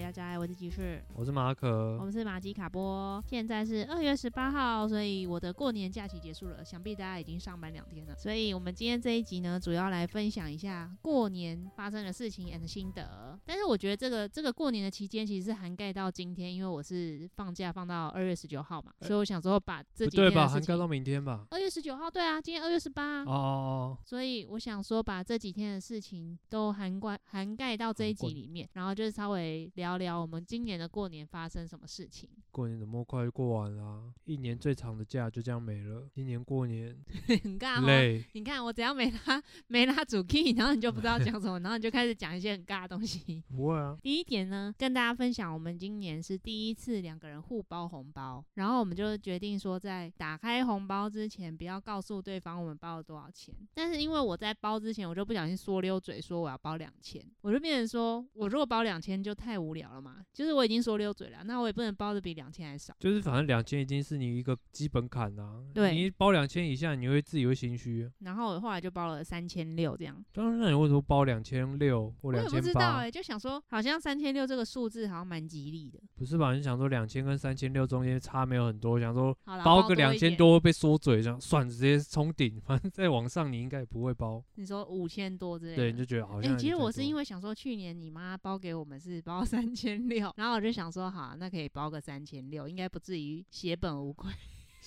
家宅，我是吉士，我是马我可，们是马吉卡波。现在是二月十八号，所以我的过年假期结束了，想必大家已经上班两天了。所以我们今天这一集呢，主要来分享一下过年发生的事情 and 心得。但是我觉得这个这个过年的期间其实是涵盖到今天，因为我是放假放到二月十九号嘛，哎所以我想说把这不几天对吧？的事涵盖情到。明天吧？二月十九号，对啊，今天二月十八、哦哦所以我想说，把这几天的事情都涵盖涵盖到这一集涵盖里面，然后就是稍微聊聊我们今年的过年发生什么事情。 哦，过年怎么快就过完啦、啊一年最长的假就这样没了。今年 过年很尬哦。累，你看，我只要没拉没拉主 key，然后你就不知道讲什么，然后你就开始讲一些很尬的东西。不会啊，第一点呢，跟大家分享，我们今年是第一次两个人互包红包，然后我们就决定说，在打开红包之前，不要告诉对方我们包了多少钱。但是因为我在包之前，我就不小心说溜嘴，说我要包两千，我就变成说我如果包两千就太无聊了嘛，就是我已经说溜嘴了，那我也不能包的比两千还少。就是反正两千已经是你一个基本坎啦、对你包两千以下，你会自己会心虚。啊然后我后来就包了三千六这样。当然，那你为什么包两千六或我也两不千知道哎、八？啊就想说好像三千六这个数字好像蛮吉利的。不是吧？你想说两千跟三千六中间差没有很多，想说好啦，包多个一两千点，多会被缩嘴，这样算了直接冲顶，反正再往上你应该也不会包。你说五千多之类的。对，你就觉得好哎、像有点太多。其实我是因为想说，去年你妈包给我们是包三千六，然后我就想说，好，啊那可以包个三千六，应该不至于血本无归。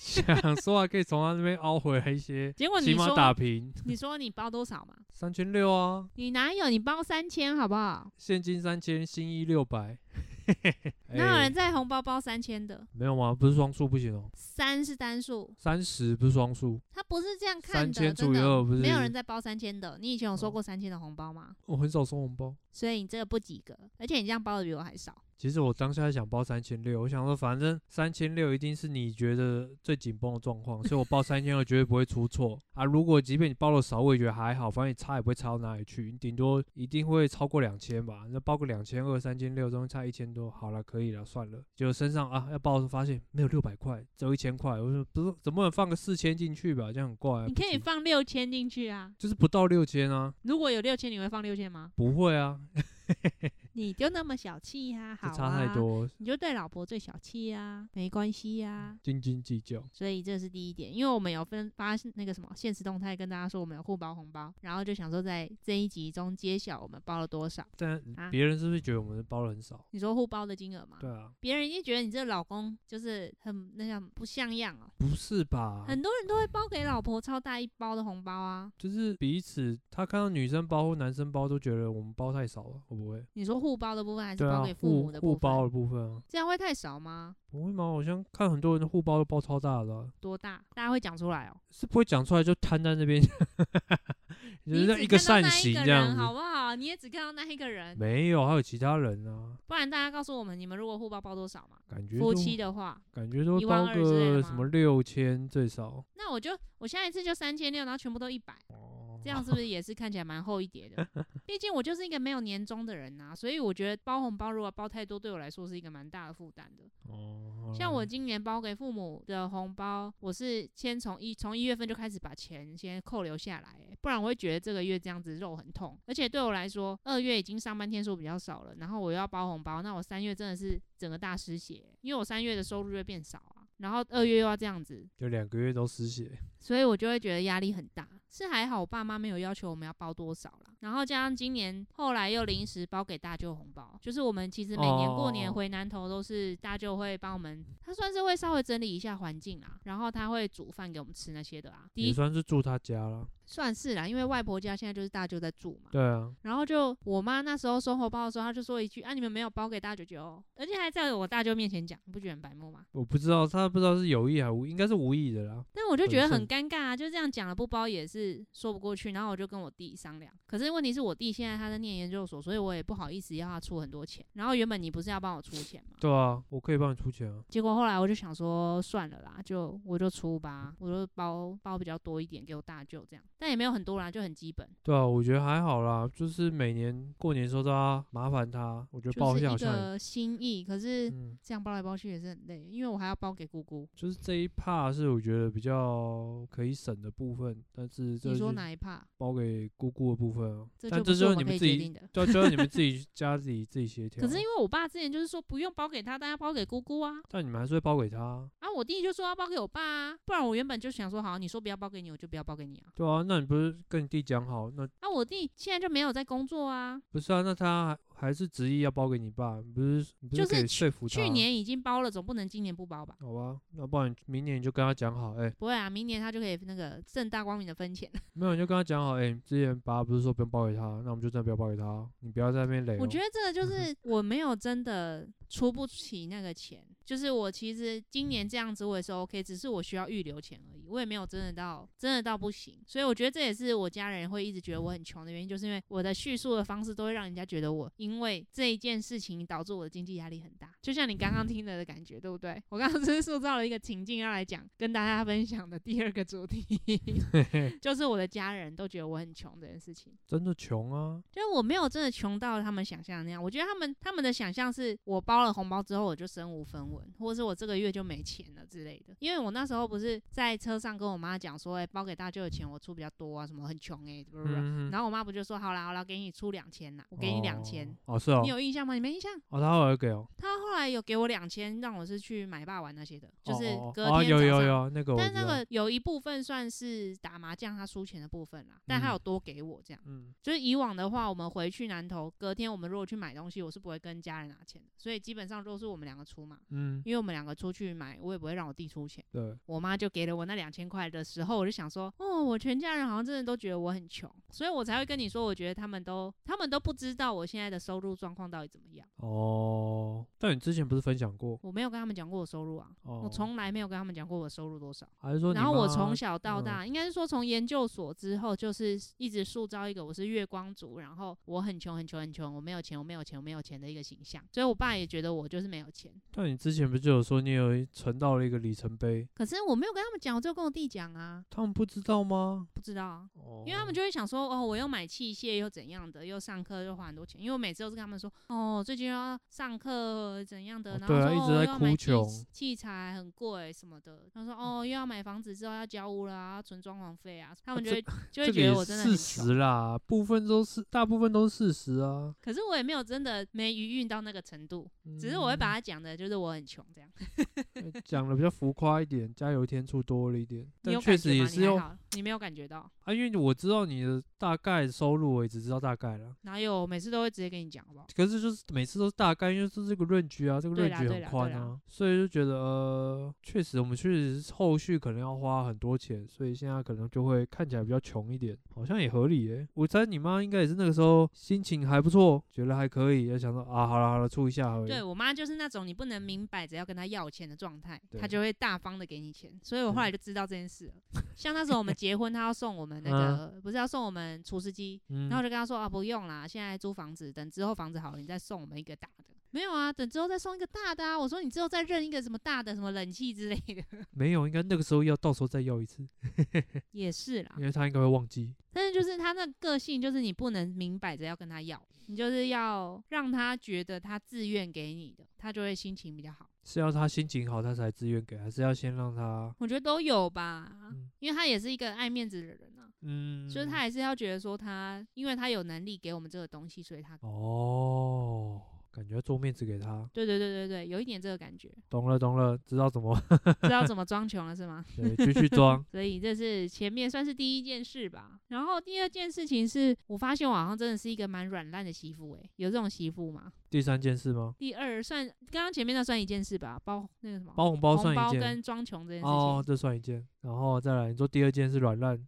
想 说还可以从他那边凹回来一些，结果你起码说打平你说你包多少嘛？三千六啊，你哪有？你包三千好不好？现金三千，新一 六百。哪有哎人在红包包三千的？没有吗？不是双数不行哦，三是单数，三十不是双数。他不是这样看的。 3000真除以的二不是没有人在包三千的。你以前有收哦过三千的红包吗？我很少收红包。所以你这个不及格，而且你这样包的比我还少。其实我当下想包三千六，我想说反正三千六一定是你觉得最紧绷的状况，所以我报三千六绝对不会出错啊。如果即便你包的少，我也觉得还好，反正你差也不会差到哪里去，你顶多一定会超过两千吧。那包个两千二、三千六，中间差一千多，好了，可以了，算了。结果身上啊要报的时候发现没有六百块，只有一千块，我说不是，怎么能放个四千进去吧？这样很怪、啊。你不可以行放六千进去啊。就是不到六千啊，如果有六千，你会放六千吗？不会啊，你就那么小气呀、好这啊，差太多，你就对老婆最小气呀、没关系呀、斤斤计较。所以这是第一点，因为我们有分发那个什么现实动态跟大家说我们有互包红包，然后就想说在这一集中揭晓我们包了多少。但啊别人是不是觉得我们包的很少？你说互包的金额嘛？对啊，别人一定觉得你这老公就是很那样不像样哦、不是吧？很多人都会包给老婆超大一包的红包啊。就是彼此，他看到女生包或男生包都觉得我们包太少了，会不会？你说互包的部分还是对啊包给，父互母的部互分？包的部分啊，这样会太少吗？不会吗？我好像看很多人的互包都包超大的啊、多大？大家会讲出来哦、是不会讲出来就摊在那边， 就是你那只一个看到扇那形一个这样人好子。不好？你也只看到那一个人，没有，还有其他人啊，不然大家告诉我们，你们如果互包包多少嘛？感觉夫都妻的话，感觉都12000包之类的个什吗么六千最少那我就我下一次就三千六，然后全部都一百，哦，这样是不是也是看起来蛮厚一叠的？ 毕竟我就是一个没有年终的人呐、所以我觉得包红包如果包太多，对我来说是一个蛮大的负担的。哦，好像啦我今年包给父母的红包，我是先从一从一月份就开始把钱先扣留下来、欸不然我会觉得这个月这样子肉很痛。而且对我来说，二月已经上班天数比较少了，然后我又要包红包，那我三月真的是整个大失血、欸因为我三月的收入就会变少啊，然后二月又要这样子，就两个月都失血，所以我就会觉得压力很大。是还好，我爸妈没有要求我们要包多少啦。然后加上今年后来又临时包给大舅红包，就是我们其实每年过年哦回南头都是大舅会帮我们，他算是会稍微整理一下环境啦，然后他会煮饭给我们吃那些的啊。第也一算是住他家了。算是啦，因为外婆家现在就是大舅在住嘛。对啊，然后就我妈那时候收红包的时候，她就说一句：“啊，你们没有包给大舅舅哦，而且还在我大舅面前讲，你不觉得很白目吗？”我不知道他不知道是有意还无，应该是无意的啦。但我就觉得本很尴尬啊，就这样讲了不包也是说不过去。然后我就跟我弟商量，可是问题是我弟现在他在念研究所，所以我也不好意思要他出很多钱。然后原本你不是要帮我出钱吗？对啊，我可以帮你出钱啊。结果后来我就想说算了啦，就我就出吧，我就包包比较多一点给我大舅这样，但也没有很多啦，就很基本，对啊，我觉得还好啦，就是每年过年的时候大家麻烦他，我觉得就报是一下好一像也，个心意。可是嗯，这样包来包去也是很累，因为我还要包给姑姑。就是这一 part 是我觉得比较有可以省的部分，但是这你说是哪一怕？包给姑姑的部分啊。这但就不这是就我是你们可们以自决己啊定，的。这就是 你们自己家自己自己协调。可是因为我爸之前就是说不用包给他，但要包给姑姑啊。但你们还是会包给他啊，啊，我弟就说要包给我爸啊，不然我原本就想说好，你说不要包给你，我就不要包给你啊。对啊，那你不是跟你弟讲好，那啊，我弟现在就没有在工作啊，不是啊？那他还还是执意要包给你爸，你不是你不啊就是可以去说服他？去年已经包了，总不能今年不包吧？好吧，那不然明年你就跟他讲好，哎、不会啊，明年他就可以那个正大光明的分钱。没有你就跟他讲好，哎、之前爸不是说不用包给他，那我们就真的不要包给他，你不要在那边累、哦。我觉得这个就是我没有真的出不起那个钱，就是我其实今年这样子我也是 OK，只是我需要预留钱而已，我也没有真的到真的到不行，所以我觉得这也是我家人会一直觉得我很穷的原因，就是因为我的叙述的方式都会让人家觉得我因为这一件事情导致我的经济压力很大，就像你刚刚听了的感觉，对不对？我刚刚 只是塑造了一个情境要来讲跟大家分享的第二个主 题， 就是我的家人都觉得我很穷这件事情。真的穷啊，就是我没有真的穷到他们想象的那样。我觉得他们他们的想象是我包了红包之后我就身无分文，或者是我这个月就没钱了之类的。因为我那时候不是在车上跟我妈讲说，哎、包给大舅的钱我出比较多啊，什么很穷哎、欸，不不不。嗯，然后我妈不就说好啦好啦，给你出两千啦，我给你两千、哦，哦是哦你，有印象吗？你没印象？哦他后来给哦，她后来有给我两千，让我是去买霸玩那些的，就是哦哦隔天哦啊早上。有有有那个我但知那道个有一部分算是打麻将他输钱的部分啦，但他有多给我这样。嗯就是以往的话，我们回去南投，隔天我们如果去买东西，我是不会跟家人拿钱的，所以基本上都是我们两个出嘛。嗯因为我们两个出去买，我也不会让我弟出钱。对，我妈就给了我那两千块的时候，我就想说，哦，我全家人好像真的都觉得我很穷，所以我才会跟你说，我觉得他们都他们都不知道我现在的收入状况到底怎么样。哦，但你之前不是分享过我没有跟他们讲过我收入啊，哦？我从来没有跟他们讲过我收入多少。还是说你然后我妈嗯从小到大，应该是说从研究所之后，就是一直塑造一个我是月光族，然后我很穷很穷很穷，我没有钱，我没有钱，我没有钱的一个形象。所以我爸也觉得我就是没有钱，但你之前不就有说你有一存到了一个里程碑，可是我没有跟他们讲，我就跟我弟讲啊，他们不知道吗？不知道啊。哦，因为他们就会想说，哦，我又买器械又怎样的，又上课又花很多钱。因为我每次都是跟他们说，哦，最近又要上课怎样的，哦然后对说、啊哦、一直又在要哭买器穷器材很贵什么的。他说，哦，又要买房子之后要交屋了啊，要存装潢费啊，他们就这会、就会这个觉也得我真的很事穷。实啦，部分都是大部分都是事实啊，可是我也没有真的没余韵到那个程度，只是我会把它讲的，就是我很穷 这样。嗯呃讲的比较浮夸一点，加油天数多了一点，你但有确感实觉吗？也你是还用好，你没有感觉到？啊，因为我知道你的大概收入，我也只知道大概了。哪有？我每次都会直接跟你讲，好不好？可是就是每次都是大概，因为这是个论据啊，这个对论啦据对很啦宽对啦啊，所以就觉得呃，确实我们确实是后续可能要花很多钱，所以现在可能就会看起来比较穷一点，好像也合理耶、我猜你妈应该也是那个时候心情还不错，觉得还可以，也想说啊，好了好了，出一下而已。对我妈就是那种你不能明摆着要跟她要钱的状态，对她就会大方的给你钱。所以我后来就知道这件事 了。像那时候我们结婚，她要送我们那个，不是要送我们厨师机，嗯然后我就跟她说啊，不用啦，现在租房子，等之后房子好了，你再送我们一个大的。没有啊，等之后再送一个大的啊。我说你之后再认一个什么大的，什么冷气之类的， 没有，应该那个时候要到时候再要一次，也是啦因。为她应该会忘记。但是就是他那个个性，就是你不能明摆着要跟他要，你就是要让他觉得他自愿给你的，他就会心情比较好。是要她心情好，她才自愿给，还是要先让她我觉得都有吧，嗯因为他也是一个爱面子的人啊，嗯，所以他还是要觉得说他，因为他有能力给我们这个东西，所以他，哦，感觉要做面子给她。对对对对对，有一点这个感觉，懂了，懂了，知道 怎么知道怎么装穷了是吗？对，继续装。所以这是前面算是第一件事吧。然后第二件事情是我发现我好像真的是一个蛮软烂的媳妇诶、有这种媳妇吗？第三件事吗？第二算刚刚前面那算一件事吧，包那个什么包红包算红包一跟件，装穷这件事情，哦，这算一件，然后再来，你说第二件是软烂，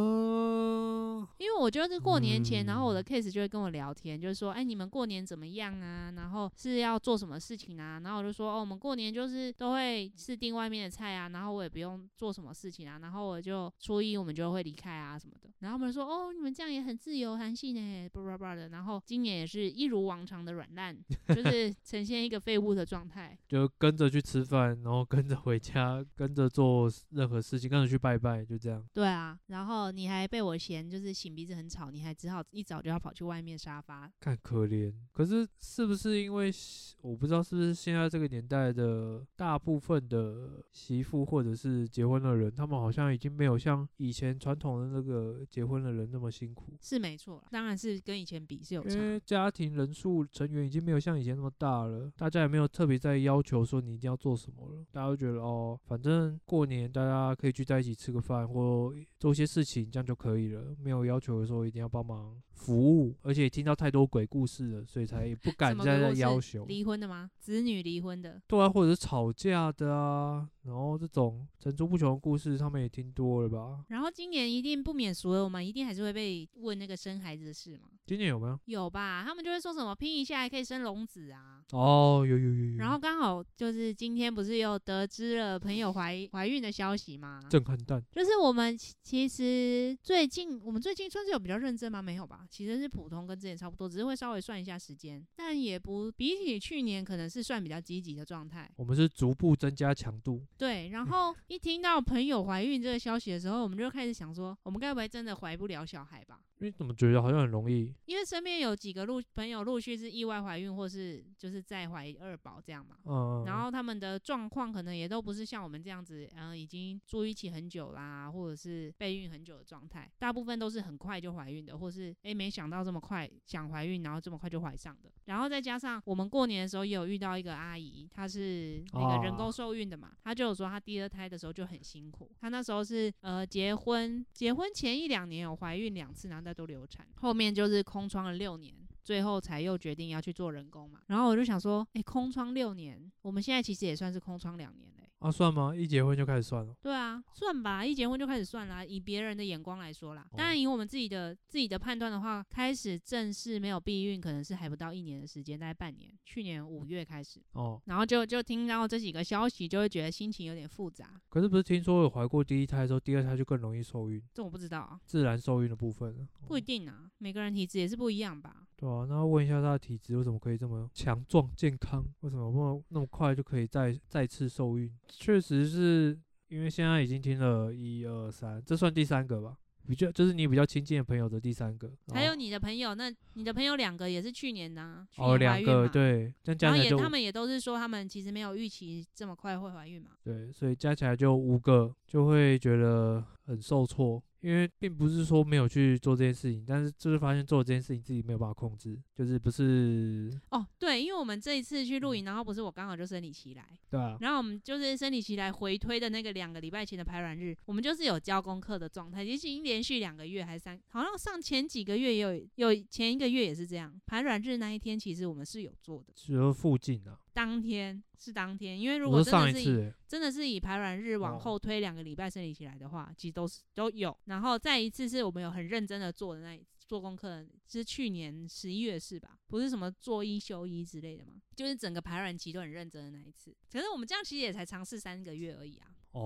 嗯、因为我就是过年前，然后我的嗯 case 就会跟我聊天，就是说，哎，你们过年怎么样啊？然后是要做什么事情啊？然后我就说，哦，我们过年就是都会是订外面的菜啊，然后我也不用做什么事情啊，然后我就初一我们就会离开啊什么的。然后他们说，哦，你们这样也很自由弹性呢，叭叭叭的。然后今年也是一如往常的软烂， 就是呈现一个废物的状态。就跟着去吃饭，然后跟着回家，跟着做任何事情，跟着去拜拜，就这样。对啊，然后你还被我嫌就是擤鼻子很吵，你还只好一早就要跑去外面沙发。看可怜。可是是不是因为我不知道是不是现在这个年代的大部分的媳妇或者是结婚的人，他们好像已经没有像以前传统的那个结婚的人那么辛苦，是没错啦，当然是跟以前比是有差因。为家庭人数成员已经没有像以前那么大了，大家也没有特别在要求说你一定要做什么了，大家都觉得哦，反正过年大家可以聚在一起吃个饭或做些事情，这样就可以了，没有要求说一定要帮忙服务，而且也听到太多鬼故事了，所以才也 不什敢么再鬼再故事要求。离婚的吗？子女离婚的，对啊，或者是吵架的啊，然后这种层出不穷的故事，他们也听多了吧？然后今年一定不免俗了，我们一定还是会被问那个生孩子的事嘛？今年有没有？有吧？他们就会说什么拼一下还可以生龙子啊。哦，有有有有。然后刚好就是今天不是又得知了朋友怀怀孕的消息吗？震撼弹，就是我们其其实最近我们最近算是有比较认真吗？没有吧，其实是普通跟之前差不多，只是会稍微算一下时间，但也不比起去年可能是算比较积极的状态。我们是逐步增加强度。对，然后一听到朋友怀孕这个消息的时候，我们就开始想说，我们该不会真的怀不了小孩吧？因为怎么觉得好像很容易？因为身边有几个陆朋友陆续是意外怀孕，或是就是再怀二宝这样嘛。嗯，然后他们的状况可能也都不是像我们这样子，嗯、已经住一起很久啦，或者是备孕很久的状态，大部分都是很快就怀孕的，或是诶没想到这么快想怀孕，然后这么快就怀上的。然后再加上我们过年的时候也有遇到一个阿姨，她是那个人工啊受孕的嘛，她就有说她第二胎的时候就很辛苦，她那时候是呃结婚结婚前一两年有怀孕两次，然后再都流产，后面就是空窗了六年。最后才又决定要去做人工嘛，然后我就想说，诶，空窗六年，我们现在其实也算是空窗两年嘞、啊，算吗？一结婚就开始算了。对啊，算吧，一结婚就开始算啦。以别人的眼光来说啦，当然以我们自己的自己的判断的话，开始正式没有避孕，可能是还不到一年的时间，大概半年，去年五月开始，哦，然后就就听到这几个消息，就会觉得心情有点复杂。可是不是听说有怀过第一胎的时候，第二胎就更容易受孕，这我不知道啊，自然受孕的部分了。哦不一定啊，每个人体质也是不一样吧。对啊，那问一下他的体质为什么可以这么强壮健康？为什么那么那么快就可以再再次受孕？确实是因为现在已经听了一二三，这算第三个吧？比较就是你比较亲近的朋友的第三个，然还有后你的朋友，那你的朋友两个也是去年的、啊，去哦年怀两孕个嘛对，这样加然后起来也就他们也都是说他们其实没有预期这么快会怀孕嘛。对，所以加起来就五个，就会觉得很受挫，因为并不是说没有去做这件事情，但是就是发现做这件事情自己没有办法控制，就是不是哦，对，因为我们这一次去露营，嗯然后不是我刚好就生理期来，对啊，然后我们就是生理期来回推的那个两个礼拜前的排卵日，我们就是有交功课的状态，已经连续两个月还是三，好像上前几个月也有有前一个月也是这样。排卵日那一天，其实我们是有做的，只有附近啊，当天是当天，因为如我果是真的上一是以次、欸，真的是以排卵日往哦后推两个礼拜生理期来的话，其实都是都有。然后再一次是我们有很认真的做的那一做功课，是去年十一月是吧？不是什么做一休一之类的嘛，就是整个排卵期都很认真的那一次。可是我们这样其实也才尝试三个月而已啊。哦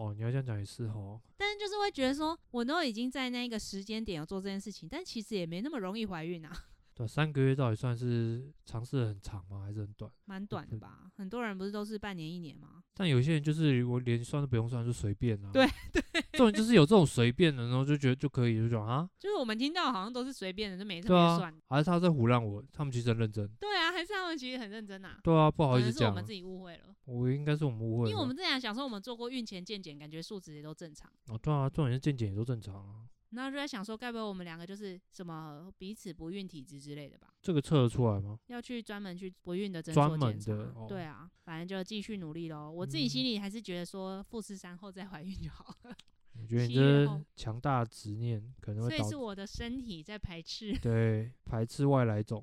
哦，你要这样讲也是哦，但是就是会觉得说，我都已经在那个时间点有做这件事情，但其实也没那么容易怀孕啊，对啊，三个月到底算是尝试得很长吗？还是很短？蛮短的 吧？很多人不是都是半年一年吗？但有些人就是我连算都不用算就随便啊， 对对，这种就是有这种随便的，然后就觉得就可以，就讲啊，就是我们听到好像都是随便的，就没特对别啊算。，还是他在胡乱我，他们其实很认真，对啊，还是他们其实很认真啊。对啊，不好可意能思是我讲啊、们自己误会了。我应该是我们误会了吧，因为我们之前想说，我们做过孕前健检，感觉数值也都正常，哦，对啊，重点是健检也都正常啊，然后就在想说，该不会我们两个就是什么彼此不孕体质之类的吧？这个测得出来吗？要去专门去不孕的诊专所门检查的哦。对啊，反正就继续努力喽。我自己心嗯里还是觉得说，富士山后再怀孕就好了，我觉得七你月这后强大的执念可能所会以是导我的身体在排斥 对排斥外来种，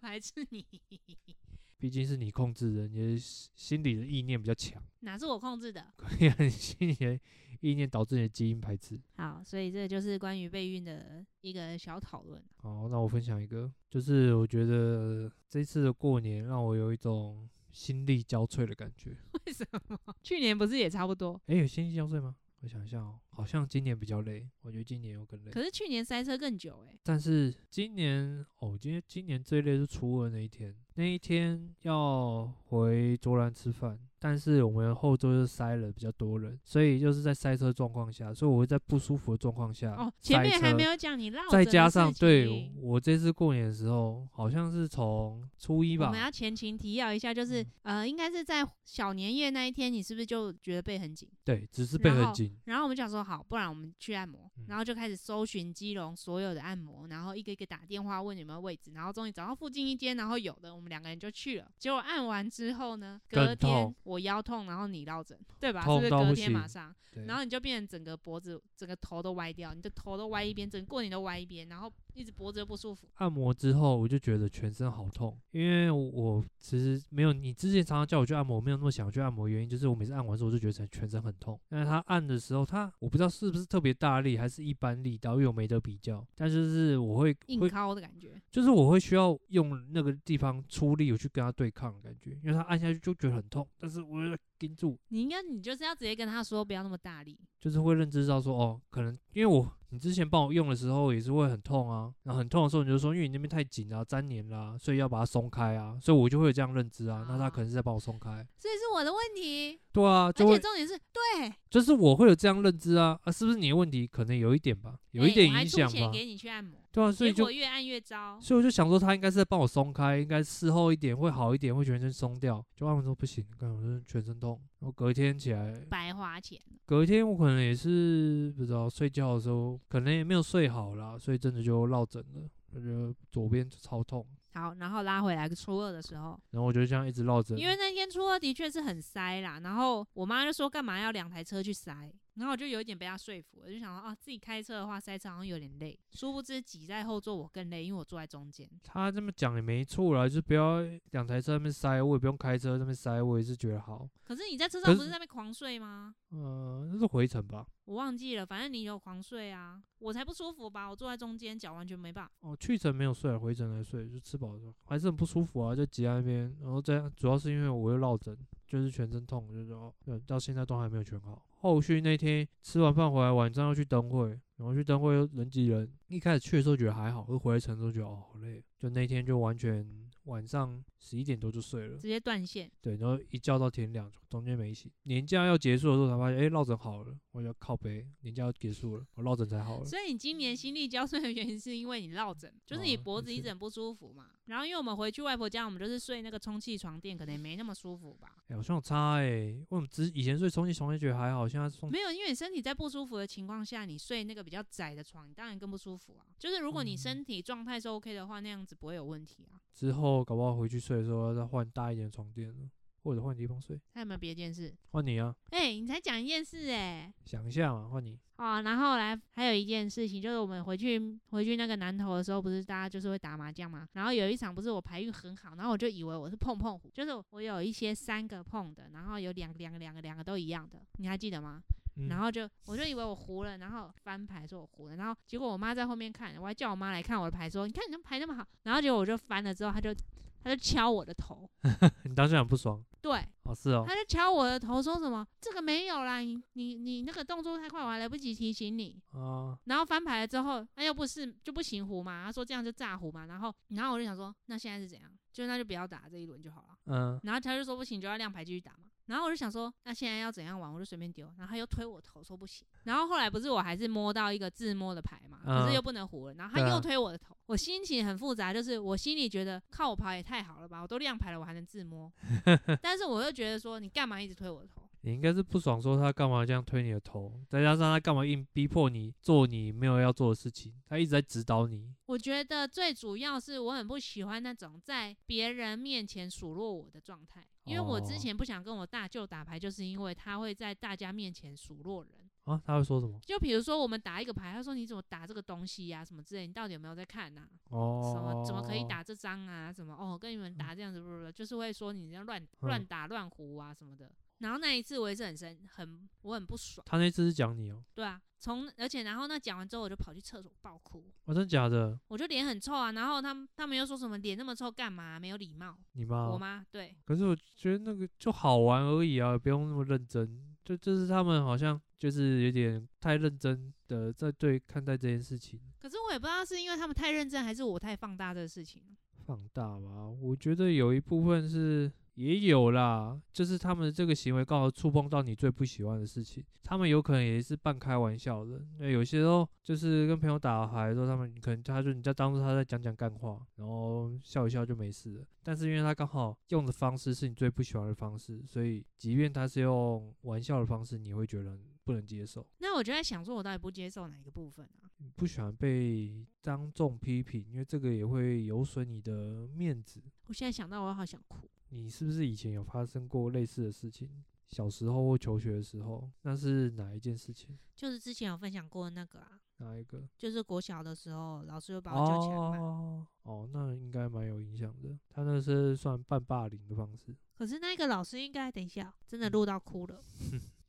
排斥你，毕竟是你控制的，你的心心理的意念比较强， 哪是我控制的？可以很心里的意念导致你的基因排斥。好，所以这就是关于备孕的一个小讨论。啊 好，那我分享一个，就是我觉得这次的过年让我有一种心力交瘁的感觉。 为什么？去年不是也差不多？诶，有心力交瘁吗？我想一下哦，好像今年比较累，我觉得今年又更累。可是去年塞车更久哎、但是今年哦，今天今年最累是初二那一天，那一天要回卓兰吃饭，但是我们后座就塞了比较多人，所以就是在塞车状况下，所以我会在不舒服的状况下哦，前面啊塞还车没有讲你落枕的再加事上对情我这次过年的时候，好像是从初一我吧嗯们，要前情提要一下，就是、呃，应该是在小年夜那一天，你是不是就觉得背很紧？对，只是背然很后紧，然后我们讲说好，不然我们去按摩嗯，然后就开始搜寻基隆所有的按摩，然后一个一个打电话问有没有位置，然后终于找到附近一间，然后有的我们两个人就去了。结果按完之后呢，更隔天痛我腰痛，然后你落枕，对吧？痛是不是到隔不天马行上？对，然后你就变成整个脖子、整个头都歪掉，你的头都歪一边，整个过年都歪一边，然后一直脖子又不舒服。按摩之后，我就觉得全身好痛，因为我其实没有你之前常常叫我去按摩，我没有那么想去按摩，原因就是我每次按完之后我就觉得全身很痛。但是他按的时候，他我不知道是不是特别大力，还是一般力道，因为我没得比较。但就是我会硬会靠的感觉，就是我会需要用那个地方出力，我去跟他对抗的感觉，因为他按下去就觉得很痛，但是我又盯住，你应该你就是要直接跟他说不要那么大力，就是会认知到说，哦，可能因为我你之前帮我用的时候也是会很痛啊，然后很痛的时候你就说，因为你那边太紧啊，粘黏啦、所以要把它松开啊，所以我就会有这样认知啊，那他可能是在帮我松开，所以是我的问题。对啊，而就且会重点是对，就是我会有这样认知啊，啊，是不是你的问题？可能有一点吧，有一哎点我还影出响钱吧，给你去按摩，对啊，所以结就果越按越糟。所以我就想说，他应该是在帮我松开，应该事后一点会好一点，会全身松掉。就按完之后不行，干我就全身痛。然后隔天起来，白花钱了，隔天我可能也是不知道睡觉的时候，可能也没有睡好啦，所以真的就落枕了。我觉得左边就超痛，好，然后拉回来初二的时候，然后我就这样一直落枕。因为那天初二的确是很塞啦，然后我妈就说干嘛要两台车去塞，然后我就有一点被她说服，我就想说啊自己开车的话塞车好像有点累，殊不知挤在后座我更累，因为我坐在中间。他这么讲也没错啦，就是不要两台车在那边塞，我也不用开车在那边塞，我也是觉得好。可是你在车可上不是是在那边狂睡吗？嗯、那是回程吧？我忘记了，反正你有狂睡啊，我才不舒服吧，我坐在中间，脚完全没办法。哦，去程没有睡，回程才睡，就吃饱了之后还是很不舒服啊，就挤在那边，然后这样主要是因为我又落枕，就是全身痛，就是哦，对到现在都还没有全好。后续那天吃完饭回来，晚上要去灯会，然后去灯会又人挤人。一开始去的时候觉得还好，可是回来程的时候觉得哦好累，就那天就完全晚上十一点多就睡了直，接断线，对，然后一觉到天亮，中间没醒。年假要结束的时候才发现，哎、落枕好了，我就靠背，年假要结束了，我落枕才好了。所以你今年心力交瘁的原因是因为你落枕，就是你哦脖子也一是直很不舒服嘛。然后因为我们回去外婆家，我们就是睡那个充气床垫，可能也没那么舒服吧。哎、好像有差哎、欸，为什么之以前睡充气床也觉得还好，现在送没有，因为你身体在不舒服的情况下，你睡那个比较窄的床，你当然更不舒服啊。就是如果你嗯身体状态是 OK 的话，那样子不会有问题啊。之后搞不好回去睡的时候要再换大一点的床垫了，或者换地方睡。还有没有别件事？换你啊，哎、你才讲一件事哎、想一下嘛，换你。哦，然后来还有一件事情，就是我们回去回去那个南头的时候，不是大家就是会打麻将嘛。然后有一场不是我牌运很好，然后我就以为我是碰碰胡，就是我有一些三个碰的，然后有两个两个两个两个都一样的，你还记得吗？嗯、然后就我就以为我胡了，然后翻牌说我胡了，然后结果我妈在后面看，我还叫我妈来看我的牌说，你看你的牌那么好，然后结果我就翻了之后，她就她就敲我的头，你当下很不爽对，哦，是哦，他就敲我的头说什么这个没有啦，你你你那个动作太快，我还来不及提醒你。啊，然后翻牌了之后，那、又不是就不行胡嘛，他说这样就炸胡嘛，然后然后我就想说，那现在是怎样？就那就不要打这一轮就好了。嗯，然后他就说不行，就要亮牌继续打嘛。然后我就想说，那现在要怎样玩？我就随便丢。然后他又推我头说不行。然后后来不是我还是摸到一个自摸的牌嘛，嗯可是又不能胡了。然后他对啊又推我的头，我心情很复杂，就是我心里觉得靠我牌也太好了吧，我都亮牌了，我还能自 摸。但是我又觉得说，你干嘛一直推我的头？你应该是不爽，说他干嘛这样推你的头，再加上他干嘛硬逼迫你做你没有要做的事情，他一直在指导你。我觉得最主要是我很不喜欢那种在别人面前数落我的状态，因为我之哦前不想跟我大舅打牌，就是因为他会在大家面前数落人。啊，他会说什么？就比如说我们打一个牌，他说你怎么打这个东西呀、什么之类，你到底有没有在看呐、哦，什么怎么可以？打这张啊？什么哦，跟你们打这样子，不不不，就是会说你这样乱乱嗯打乱胡啊什么的。然后那一次我也是很生很我很不爽，他那次是讲你哦，对啊，从而且然后那讲完之后我就跑去厕所爆哭，哦，真的假的？我就脸很臭啊，然后他们他们又说什么脸那么臭干嘛？没有礼貌。你妈我哦？妈对，可是我觉得那个就好玩而已啊，不用那么认真。就就是他们好像就是有点太认真的在对看待这件事情可是我也不知道是因为他们太认真，还是我太放大这个事情。放大吧。我觉得有一部分是也有啦，就是他们这个行为刚好触碰到你最不喜欢的事情，他们有可能也是半开玩笑的。那有些时候就是跟朋友打牌的时候，他们可能他就你在当做他在讲讲干话，然后笑一笑就没事了。但是因为他刚好用的方式是你最不喜欢的方式，所以即便他是用玩笑的方式，你会觉得很不能接受。那我就在想，说我到底不接受哪一个部分啊？不喜欢被当众批评，因为这个也会有损你的面子。我现在想到，我好想哭。你是不是以前有发生过类似的事情？小时候或求学的时候，那是哪一件事情？就是之前有分享过那个啊，哪一个？就是国小的时候，老师又把我叫起来骂。哦哦，那应该蛮有影响的。他那是算半霸凌的方式。可是那个老师应该，等一下，真的录到哭 了。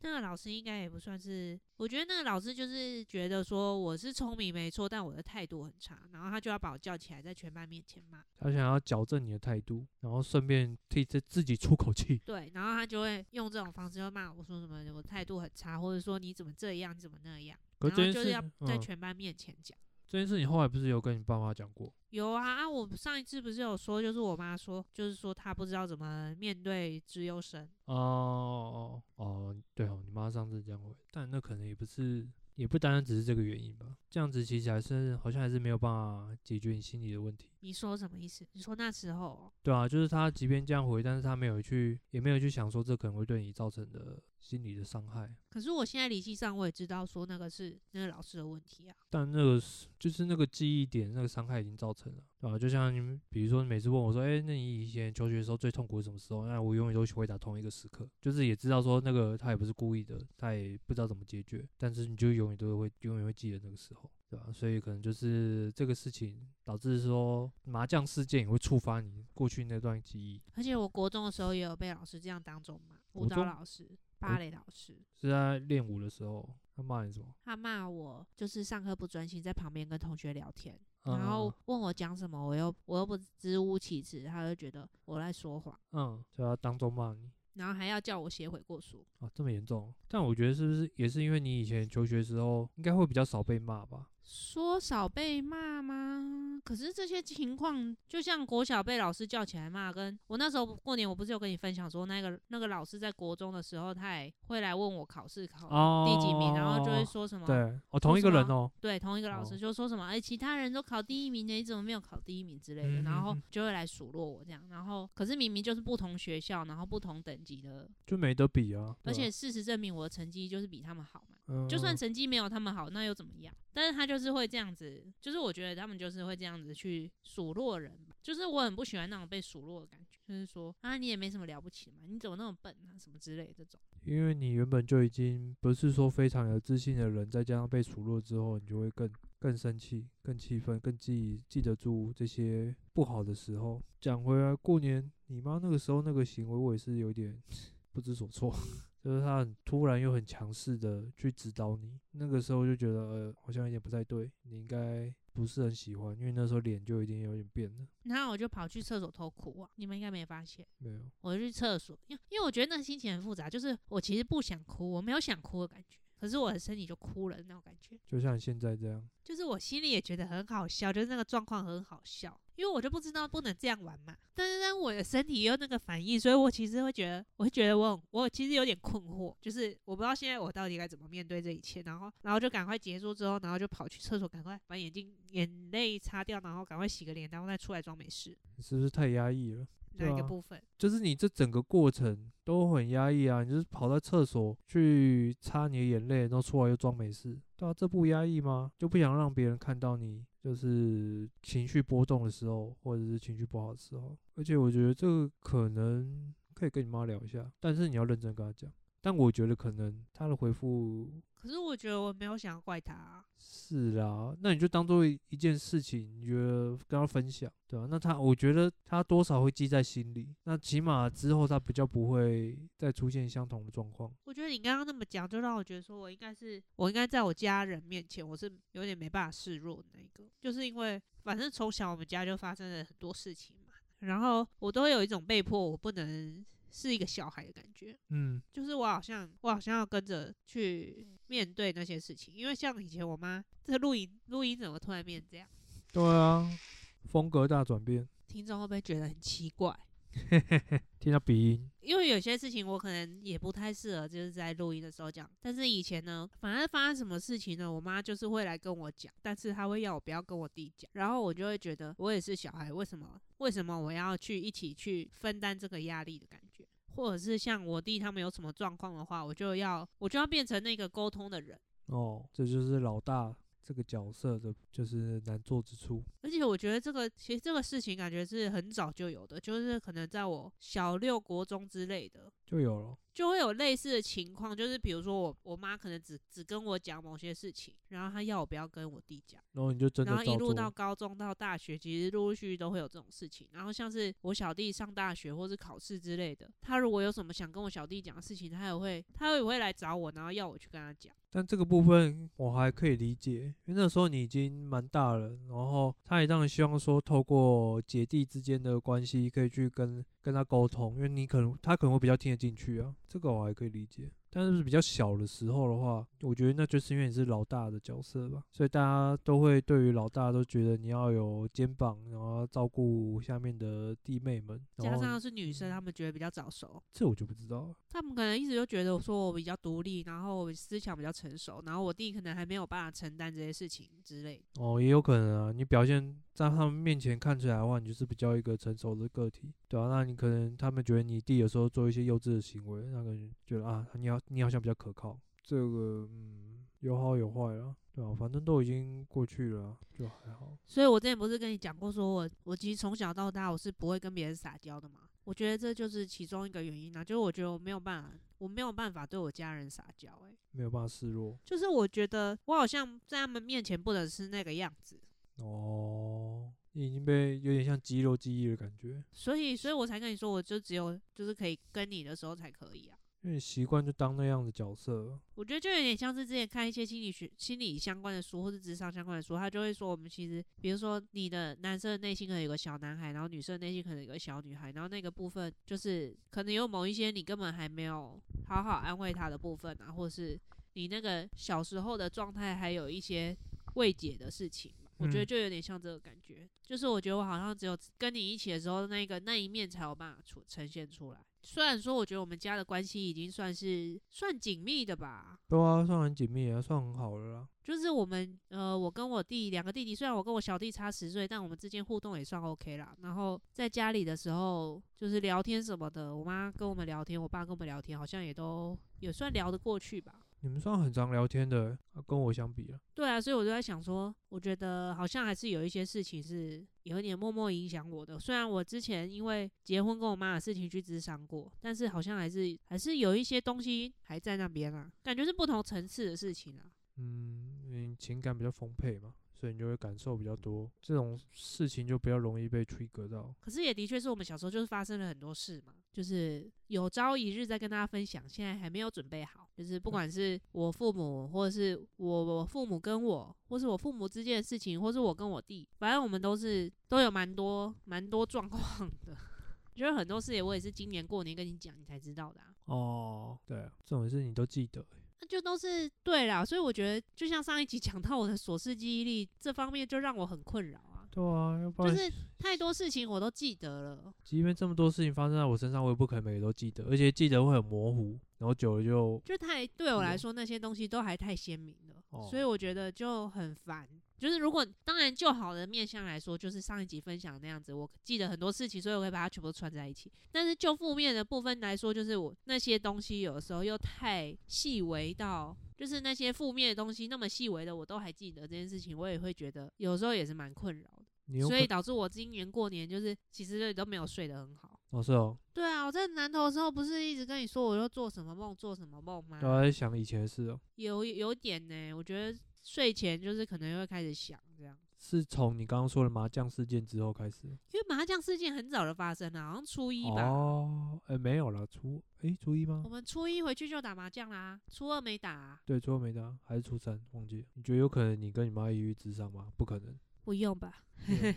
那个老师应该也不算是，我觉得那个老师就是觉得说我是聪明没错，但我的态度很差，然后他就要把我叫起来，在全班面前骂。他想要矫正你的态度，然后顺便替自自己出口气。对，然后他就会用这种方式就骂我说什么我态度很差，或者说你怎么这样，你怎么那样，可然是后这就是要件事，在嗯，全班面前讲。这件事你后来不是有跟你爸妈讲过？有啊啊！我上一次不是有说，就是我妈说，就是说她不知道怎么面对资优生。哦哦哦，对哦，你妈上次这样回，但那可能也不是，也不单单只是这个原因吧。这样子其实还是好像还是没有办法解决你心里的问题。你说什么意思？你说那时候哦对啊，就是他即便这样回，但是他没有去，也没有去想说这可能会对你造成的心理的伤害。可是我现在理性上我也知道说那个是那个老师的问题啊。但那个是就是那个记忆点，那个伤害已经造成了，对啊，就像你们，比如说你每次问我说，哎、那你以前求学的时候最痛苦是什么时候？那我永远都会回答同一个时刻，就是也知道说那个他也不是故意的，他也不知道怎么解决，但是你就永远都会永远会记得那个时候，对吧、啊所以可能就是这个事情导致说麻将事件也会触发你过去那段记忆。而且我国中的时候也有被老师这样当众骂，舞国蹈中哦老师、芭蕾老师，是在练舞的时候，他骂你什么？他骂我就是上课不专心，在旁边跟同学聊天，嗯然后问我讲什么，我又我又不知无其词，他就觉得我在说谎，嗯，就要当众骂你然后还要叫我写悔过书。啊，这么严重？但我觉得是不是也是因为你以前求学时候应该会比较少被骂吧？说少被骂吗？可是这些情况，就像国小被老师叫起来骂，跟我那时候过年，我不是有跟你分享说，那个那个老师在国中的时候，他也会来问我考试考哦，第几名，然后就会说什么，对，哦，同一个人哦，对同一个老师哦就说什么，哎、其他人都考第一名的，你怎么没有考第一名之类的，嗯然后嗯嗯就会来数落我这样，然后可是明明就是不同学校，然后不同等级的，就没得比啊。而且对吧，事实证明我的成绩就是比他们好嘛。嗯就算嗯成绩没有他们好，那又怎么样？但是他就是会这样子，就是我觉得他们就是会这样子去数落人吧，就是我很不喜欢那种被数落的感觉，就是说啊你也没什么了不起嘛，你怎么那么笨啊什么之类的这种。因为你原本就已经不是说非常有自信的人，再加上被数落之后，你就会更更生气、更气愤、更记记得住这些不好的时候。讲回来，过年你妈那个时候那个行为，我也是有点不知所措， 就是她很突然又很强势的去指导你，那个时候就觉得呃好像有点不太对，你应该不是很喜欢，因为那时候脸就已经有点变了，然后我就跑去厕所偷哭啊，你们应该没发现，没有。我就去厕所，因为因为我觉得那心情很复杂，就是我其实不想哭，我没有想哭的感觉，可是我的身体就哭了那种感觉。就像现在这样，就是我心里也觉得很好笑，就是那个状况很好笑，因为我就不知道不能这样玩嘛。但是呢，我的身体也有那个反应，所以我其实会觉得，我会觉得我很我其实有点困惑，就是我不知道现在我到底该怎么面对这一切。然后，然后就赶快结束之后，然后就跑去厕所，赶快把眼睛眼泪擦掉，然后赶快洗个脸，然后再出来装没事。你是不是太压抑了？哪一对个啊部分？就是你这整个过程都很压抑啊，你就是跑到厕所去擦你的眼泪，然后出来又装没事，对啊，这不压抑吗？就不想让别人看到你就是情绪波动的时候，或者是情绪不好的时候。而且我觉得这个可能可以跟你妈聊一下，但是你要认真跟她讲。但我觉得可能她的回复可是我觉得我没有想要怪他、啊，是啦，那你就当做一件事情，你觉得跟他分享，对吧、啊那他，我觉得他多少会记在心里，那起码之后他比较不会再出现相同的状况。我觉得你刚刚那么讲，就让我觉得说我应该是，我应该在我家人面前，我是有点没办法示弱的那一个，就是因为反正从小我们家就发生了很多事情嘛，然后我都有一种被迫我不能是一个小孩的感觉。嗯就是我好像我好像要跟着去面对那些事情，因为像以前我妈这录音录音怎么突然变这样，对啊，风格大转变，听众会不会觉得很奇怪？听到鼻音，因为有些事情我可能也不太适合，就是在录音的时候讲。但是以前呢，反正发生什么事情呢，我妈就是会来跟我讲，但是她会要我不要跟我弟讲，然后我就会觉得我也是小孩，为什么为什么我要去一起去分担这个压力的感觉？或者是像我弟他们有什么状况的话，我就要我就要变成那个沟通的人。哦，这就是老大这个角色的，就是难做之处。而且我觉得这个其实这个事情感觉是很早就有的，就是可能在我小六国中之类的，就有了，就会有类似的情况，就是比如说我我妈可能只只跟我讲某些事情，然后她要我不要跟我弟讲，然后你就真的然后一照路做到高中到大学，其实陆陆续续都会有这种事情。然后像是我小弟上大学或是考试之类的，他如果有什么想跟我小弟讲的事情，他也会他也会来找我，然后要我去跟他讲。但这个部分我还可以理解，因为那时候你已经蛮大了，然后他也当然希望说透过姐弟之间的关系可以去跟跟他沟通，因为你可能他可能会比较听得进去啊，这个我还可以理解。但是比较小的时候的话，我觉得那就是因为你是老大的角色吧，所以大家都会对于老大都觉得你要有肩膀，然后要照顾下面的弟妹们。然加后上要是女嗯生，她们觉得比较早熟，这我就不知道了。他们可能一直就觉得我说我比较独立，然后我思想比较成熟，然后我弟可能还没有办法承担这些事情之类的。哦，也有可能啊。你表现在他们面前看起来的话，你就是比较一个成熟的个体，对啊，那你可能他们觉得你弟有时候做一些幼稚的行为，那个人觉得啊，你好，你好像比较可靠。这个嗯，有好有坏啦，对啊，反正都已经过去了啊，就还好。所以我之前不是跟你讲过，说我我其实从小到大我是不会跟别人撒娇的嘛。我觉得这就是其中一个原因啊，就是我觉得我没有办法，我没有办法对我家人撒娇、欸，没有办法示弱就是我觉得我好像在他们面前不能是那个样子，哦，你已经被有点像肌肉记忆的感觉，所以所以我才跟你说，我就只有就是可以跟你的时候才可以啊。因为你习惯就当那样的角色了。我觉得就有点像是之前看一些心理学、心理相关的书，或是职场相关的书，他就会说，我们其实，比如说你的男生的内心可能有个小男孩，然后女生的内心可能有个小女孩，然后那个部分就是可能有某一些你根本还没有好好安慰他的部分啊，或是你那个小时候的状态还有一些未解的事情嘛。我觉得嗯就有点像这个感觉，就是我觉得我好像只有跟你一起的时候，那个那一面才有办法出呈现出来。虽然说，我觉得我们家的关系已经算是算紧密的吧，对啊，算很紧密啊，算很好了啦。就是我们呃，我跟我弟两个弟弟，虽然我跟我小弟差十岁，但我们之间互动也算 OK 啦。然后在家里的时候，就是聊天什么的，我妈跟我们聊天，我爸跟我们聊天，好像也都也算聊得过去吧。你们算很常聊天的欸、啊跟我相比啊。对啊，所以我就在想说，我觉得好像还是有一些事情是有一点默默影响我的。虽然我之前因为结婚跟我妈的事情去咨商过，但是好像还是还是有一些东西还在那边啊，感觉是不同层次的事情啊。嗯，你情感比较丰沛嘛，所以你就会感受比较多，这种事情就比较容易被 trigger 到。可是也的确是我们小时候就是发生了很多事嘛，就是有朝一日再跟大家分享，现在还没有准备好。就是不管是我父母，或者是我我父母跟我，或是我父母之间的事情，或是我跟我弟，反正我们都是都有蛮多蛮多状况的。 就是很多事情我也是今年过年跟你讲，你才知道的、啊。哦，对啊，这种事你都记得欸、那就都是对啦，所以我觉得就像上一集讲到我的琐事记忆力这方面，就让我很困扰啊。对啊，要不就然是太多事情我都记得了，即便这么多事情发生在我身上，我也不可能每个都记得，而且记得会很模糊，然后久了就就太对我来有说，那些东西都还太鲜明了，哦所以我觉得就很烦。就是如果当然就好的面向来说，就是上一集分享的那样子，我记得很多事情，所以我会把它全部都串在一起。但是就负面的部分来说，就是我那些东西有的时候又太细微到，就是那些负面的东西那么细微的我都还记得这件事情，我也会觉得有时候也是蛮困扰的，你用所以导致我今年过年就是其实都没有睡得很好。哦是哦，对啊，我在南投的时候不是一直跟你说我又做什么梦做什么梦吗？都在想以前的事哦，有有点呢、我觉得睡前就是可能会开始想这样，是从你刚刚说的麻将事件之后开始因为麻将事件很早就发生了，好像初一吧。哦哦，哎、没有啦，初哎、初一吗我？们初一回去就打麻将啦，初二没打啊、对，初二没打，还是初三忘记了。你觉得有可能你跟你妈抑郁智商吗？不可能。不用吧。对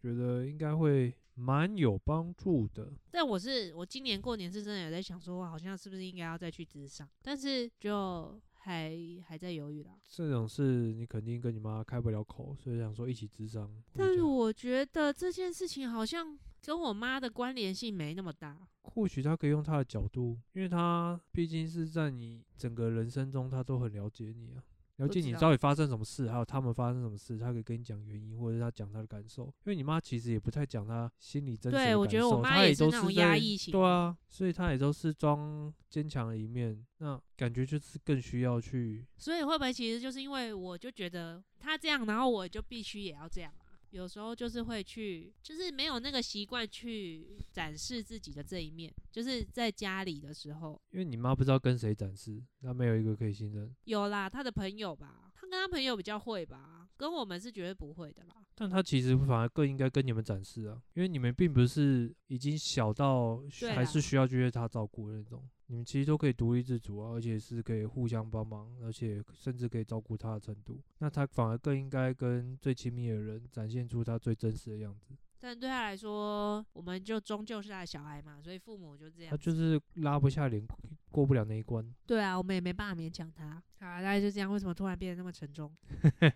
觉得应该会蛮有帮助的。但我是我今年过年是真的有在想说，我好像是不是应该要再去职上，但是就还还在犹豫啦。这种事你肯定跟你妈开不了口，所以想说一起智商。但是我觉得这件事情好像跟我妈的关联性没那么大。或许他可以用他的角度，因为他毕竟是在你整个人生中，他都很了解你啊，了都解知你道到底发生什么事，还有他们发生什么事，他可以跟你讲原因，或者是他讲他的感受。因为你妈其实也不太讲她心里真实的对，我感觉得我受妈她也是都那种在压抑型。对啊，所以她也都是装坚强的一面，那感觉就是更需要去所以会不会其实就是因为我就觉得他这样，然后我就必须也要这样啊？有时候就是会去，就是没有那个习惯去展示自己的这一面，就是在家里的时候因为你妈不知道跟谁展示，那没有一个可以信任。有啦，他的朋友吧，他跟他朋友比较会吧，跟我们是绝对不会的啦。但她其实反而更应该跟你们展示啊，因为你们并不是已经小到需对还啦是需要去为她照顾的那种，你们其实都可以独立自主啊，而且是可以互相帮忙，而且甚至可以照顾她的程度。那她反而更应该跟最亲密的人展现出她最真实的样子。但对他来说，我们就终究是他的小孩嘛，所以父母就这样她。就是拉不下脸，过不了那一关。对啊，我们也没办法勉强他。好啊，大概就这样。为什么突然变得那么沉重？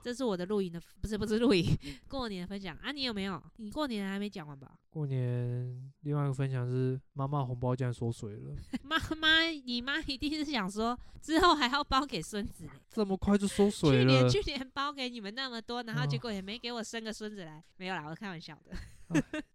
这是我的露营的，不是不是露营， 过年的分享啊。你有没有？你过年还没讲完吧？ 过年另外一个分享是妈妈红包竟然缩水 了，妈妈，你妈一定是想说之后还要包给孙子嘞。这么快就缩水去了年。去年包给你们那么多，然后哦结果也没给我生个孙子来，没有啦，我开玩笑的。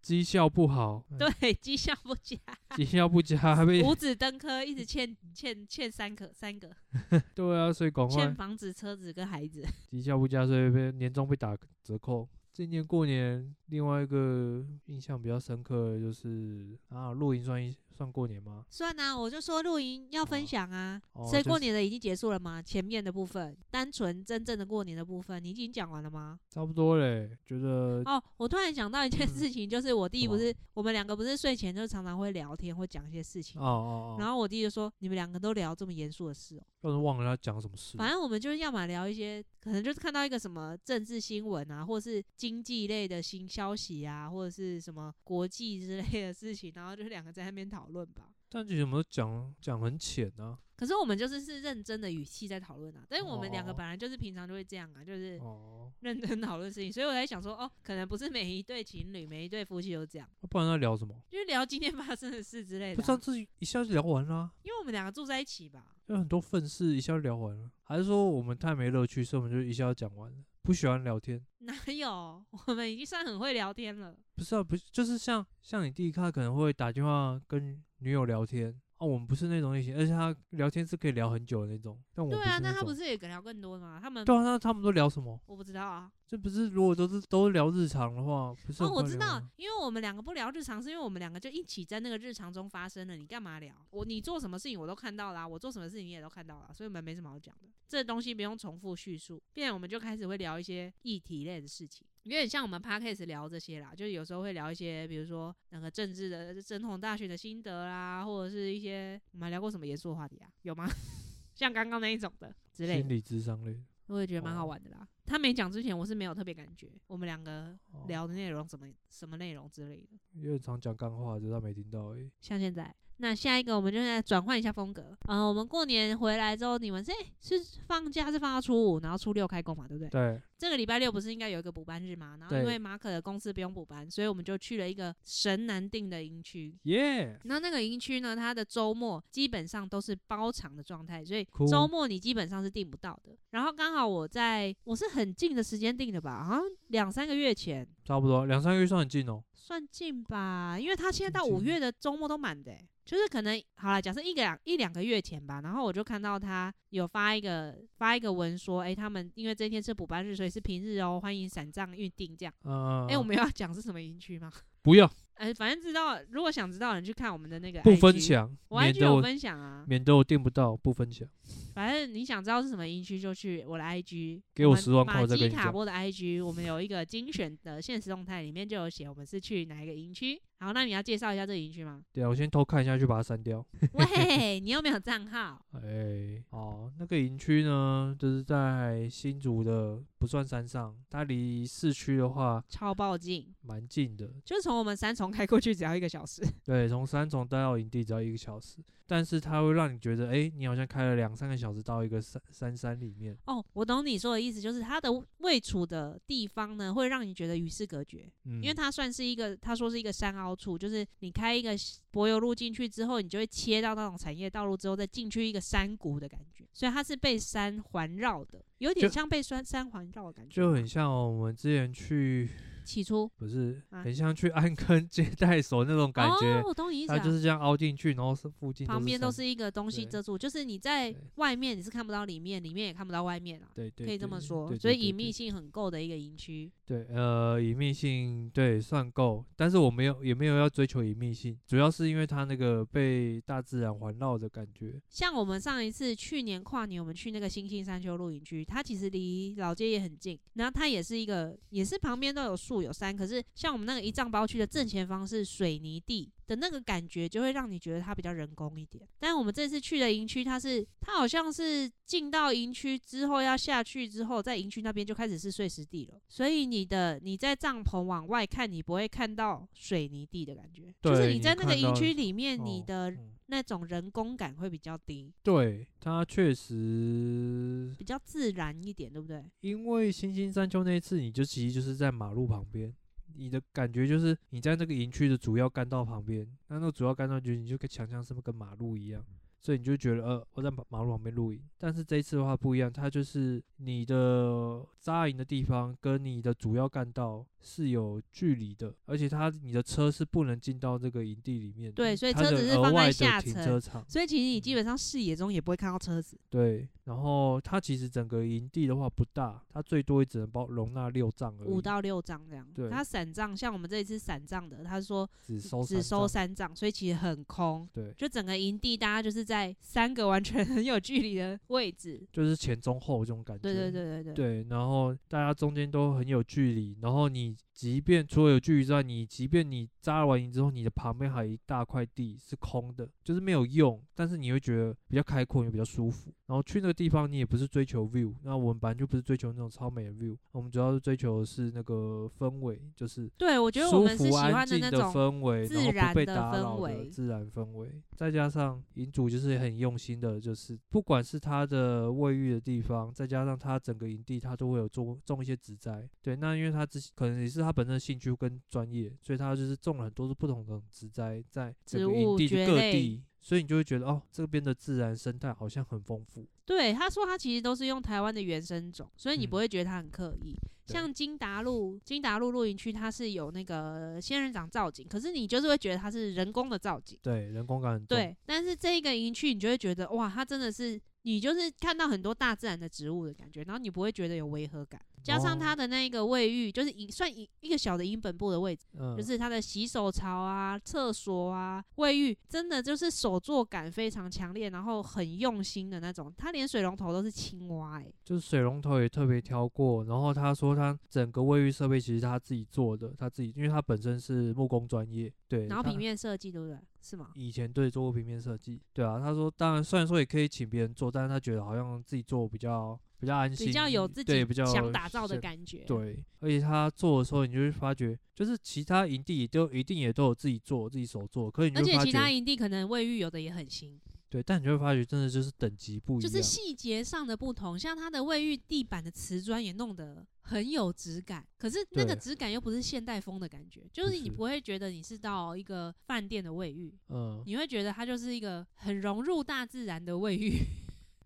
绩效不好，哎 对，绩效不佳， 绩效不佳，还被五子登科，一直欠欠欠三个三个， 对啊，所以赶欠快房子、车子跟孩子。绩效不佳，所以被年终被打折扣。今年过年，另外一个印象比较深刻的就是啊，露营算一算过年吗？算啊，我就说露营要分享啊，哦所以就过是年的已经结束了吗？前面的部分，单纯真正的过年的部分，你已经讲完了吗？差不多嘞，觉得哦，我突然想到一件呃嗯事情，就是我弟什不么是我们两个不是睡前就常常会聊天，会讲一些事情哦。哦然哦，后我弟就说：“你们两个都聊这么严肃的事哦、让人忘了他讲什么事。反正我们就是要么聊一些，可能就是看到一个什么政治新闻啊，或是经济类的新消息啊，或者是什么国际之类的事情，然后就两个在那边讨论吧。但其实我们都讲讲很浅啊。可是我们就是是认真的语气在讨论啊，但是我们两个哦本来就是平常就会这样啊，就是哦，认真讨论事情，所以我在想说，哦，可能不是每一对情侣、每一对夫妻都这样，那啊不然他聊什么？就是聊今天发生的事之类不的知道啊、自己一下就聊完啦、因为我们两个住在一起吧。有很多愤事一下就聊完了，还是说我们太没乐趣，所以我们就一下就讲完了？不喜欢聊天，哪有？我们已经算很会聊天了。不是啊，不是，就是像像你弟他可能会打电话跟女友聊天啊，我们不是那种类型，而且他聊天是可以聊很久的那种，但我对啊，哦是那他种。不是也聊更多的吗？他们对啊，那他们都聊什么？我不知道啊。这不是如果都是都聊日常的话，不是哦，很我快知聊道吗，因为我们两个不聊日常，是因为我们两个就一起在那个日常中发生了。你干嘛聊？我你做什么事情我都看到啦、我做什么事情你也都看到啦、所以我们没什么好讲的。这东西不用重复叙述，变然我们就开始会聊一些议题类的事情。有点像我们 podcast 聊这些啦，就是有时候会聊一些，比如说那个政治的正统大学的心得啦，或者是一些我们还聊过什么严肃的话题啊？有吗？ 像刚刚那一种的之类心的，理智商类的。我也觉得蛮好哦玩的啦。他没讲之前，我是没有特别感觉，我们两个哦聊的内容怎么什么内容之类的，也很常讲干话，只是他没听到而已。像现在。那下一个，我们就来转换一下风格。嗯、我们过年回来之后，你们是、诶是放假是放到初五，然后初六开工嘛，对不对？对，这个礼拜六不是应该有一个补班日嘛？然后因对为马可的公司不用补班，所以我们就去了一个神难定的营区。耶、那那个营区呢，它的周末基本上都是包场的状态，所以酷周末你基本上是订不到的。然后刚好我在我是很近的时间订的吧，好像两三个月前差不多两三个月算很近哦。算近吧，因为它现在很到五近月的周末都满的欸、就是可能好了，假设一个两一两个月前吧，然后我就看到他有发一个发一个文说，诶，他们因为这一天是补班日，所以是平日哦，欢迎闪账预定这样。嗯、诶，哎我们要讲是什么营区吗？ 不要哎、反正知道，如果想知道，你去看我们的那个不分 IG 享，我免 IG 得有我分享 啊，免得我订不到，不分享。反正你想知道是什么营区，就去我的 IG，给我们10万块马我再基跟你卡讲波的 IG，我们有一个精选的现实动态，里面就有写我们是去哪一个营区。好，那你要介绍一下这个营区吗？对啊，我先偷看一下，去把它删掉。喂，你又没有账号，哎、哦，那个营区呢，就是在新竹的，不算山上，它离市区的话超爆近，蛮近的。就是从我们三重开过去只要一个小时。对，从三重待到营地只要一个小时，但是它会让你觉得，哎、你好像开了两三个小时到一个山山山里面。哦，我懂你说的意思，就是它的位处的地方呢，会让你觉得与世隔绝，嗯，因为它算是一个，他说是一个山凹处，就是你开一个柏油路进去之后，你就会切到那种产业道路之后，再进去一个山谷的感觉，所以它是被山环绕的，有点就像被山山环绕的感觉，就很像我们之前去，起初不是、啊很像去安坑接待所那种感觉，哦，我懂你意思、它啊，就是这样凹进去，然后是附近旁边都山是一个东西对遮住，就是你在对外面你是看不到里面，里面也看不到外面啊。对对，可以这对么说，对所以对对隐秘对性很够的一个营区。对，呃，隐秘性对算够，但是我没有也没有要追求隐秘性，主要是因为它那个被大自然环绕的感觉。像我们上一次去年跨年，我们去那个星星山丘露营区，它其实离老街也很近，然后它也是一个，也是旁边都有树有山，可是像我们那个一丈包区的正前方是水泥地的那个感觉，就会让你觉得它比较人工一点。但我们这次去的营区，它是它好像是进到营区之后要下去之后，在营区那边就开始是碎石地了，所以你的你在帐篷往外看，你不会看到水泥地的感觉，就是对你你在那个看营到区里面，你哦的嗯那种人工感会比较低，对，它确实，比较自然一点，对不对？因为星星山丘那一次，你就其实就是在马路旁边，你的感觉就是你在那个营区的主要干道旁边，那那个主要干道就是你就跟想象是不是跟马路一样。所以你就觉得，呃，我在马马路旁边露营，但是这一次的话不一样，它就是你的扎营的地方跟你的主要干道是有距离的，而且它你的车是不能进到这个营地里面的，对所以它车的子是额放在外下的停层车场，所以其实你嗯基本上视野中也不会看到车子，对，然后它其实整个营地的话不大，它最多也只能包容纳六帐而已，五到六张这样。对它散帐，像我们这一次散帐的，他说只收嗯只三收帐三张，所以其实很空。对，就整个营地，大家就是在三个完全很有距离的位置。就是前中后这种感觉。对对对对对。对然后大家中间都很有距离，然后你即便除了有距离之外，你即便你扎完营之后，你的旁边还有一大块地是空的，就是没有用，但是你会觉得比较开阔，也比较舒服。然后去那个地方，你也不是追求 view，那我们本来就不是追求那种超美的 view，我们主要是追求的是那个氛围，就是对，我觉得我舒们是服喜安欢静那的种，氛围，自然后然不被的打氛扰的围自然氛围，再加上银主就是很用心的，就是不管是他的卫浴的地方，再加上他整个营地，他都会有种种一些植栽。对，那因为他之可能也是他本身的兴趣跟专业，所以他就是种了很多是不同的植栽在整植个营物地蕨的各类地，所以你就会觉得哦，这边的自然生态好像很丰富。对，他说他其实都是用台湾的原生种，所以你不嗯会觉得他很刻意。对像金达路金达路露营区，它是有那个仙人掌造景，可是你就是会觉得它是人工的造景。对，人工感很重。对，但是这一个营区，你就会觉得哇，它真的是你就是看到很多大自然的植物的感觉，然后你不会觉得有违和感。加上哦它的那个卫浴，就是一算一一个小的营本部的位置。嗯，就是它的洗手槽啊、厕所啊、卫浴，真的就是手作感非常强烈，然后很用心的那种。它连水龙头都是青蛙、欸，就是水龙头也特别挑过，然后他说他整个卫浴设备其实他自己做的，他自己，因为他本身是木工专业，对，然后他平面设计，对不对？是吗？以前对做过平面设计，对啊，他说当然虽然说也可以请别人做，但是他觉得好像自己做比较比较安心，比较有自己对比较想打造的是感觉，，对，而且他做的时候，你就会发觉，就是其他营地也都一定也都有自己做自己手做，可是你而就会且发其他觉，营地可能卫浴有的也很新，对，但你就会发觉真的就是等级不一就样，是细节上的不同。像它的卫浴地板的瓷砖也弄得很有质感，可是那个对质感又不是现代风的感觉，就不是你是不会觉得你是到一个饭店的卫浴，嗯，你会觉得它就是一个很融入大自然的卫浴，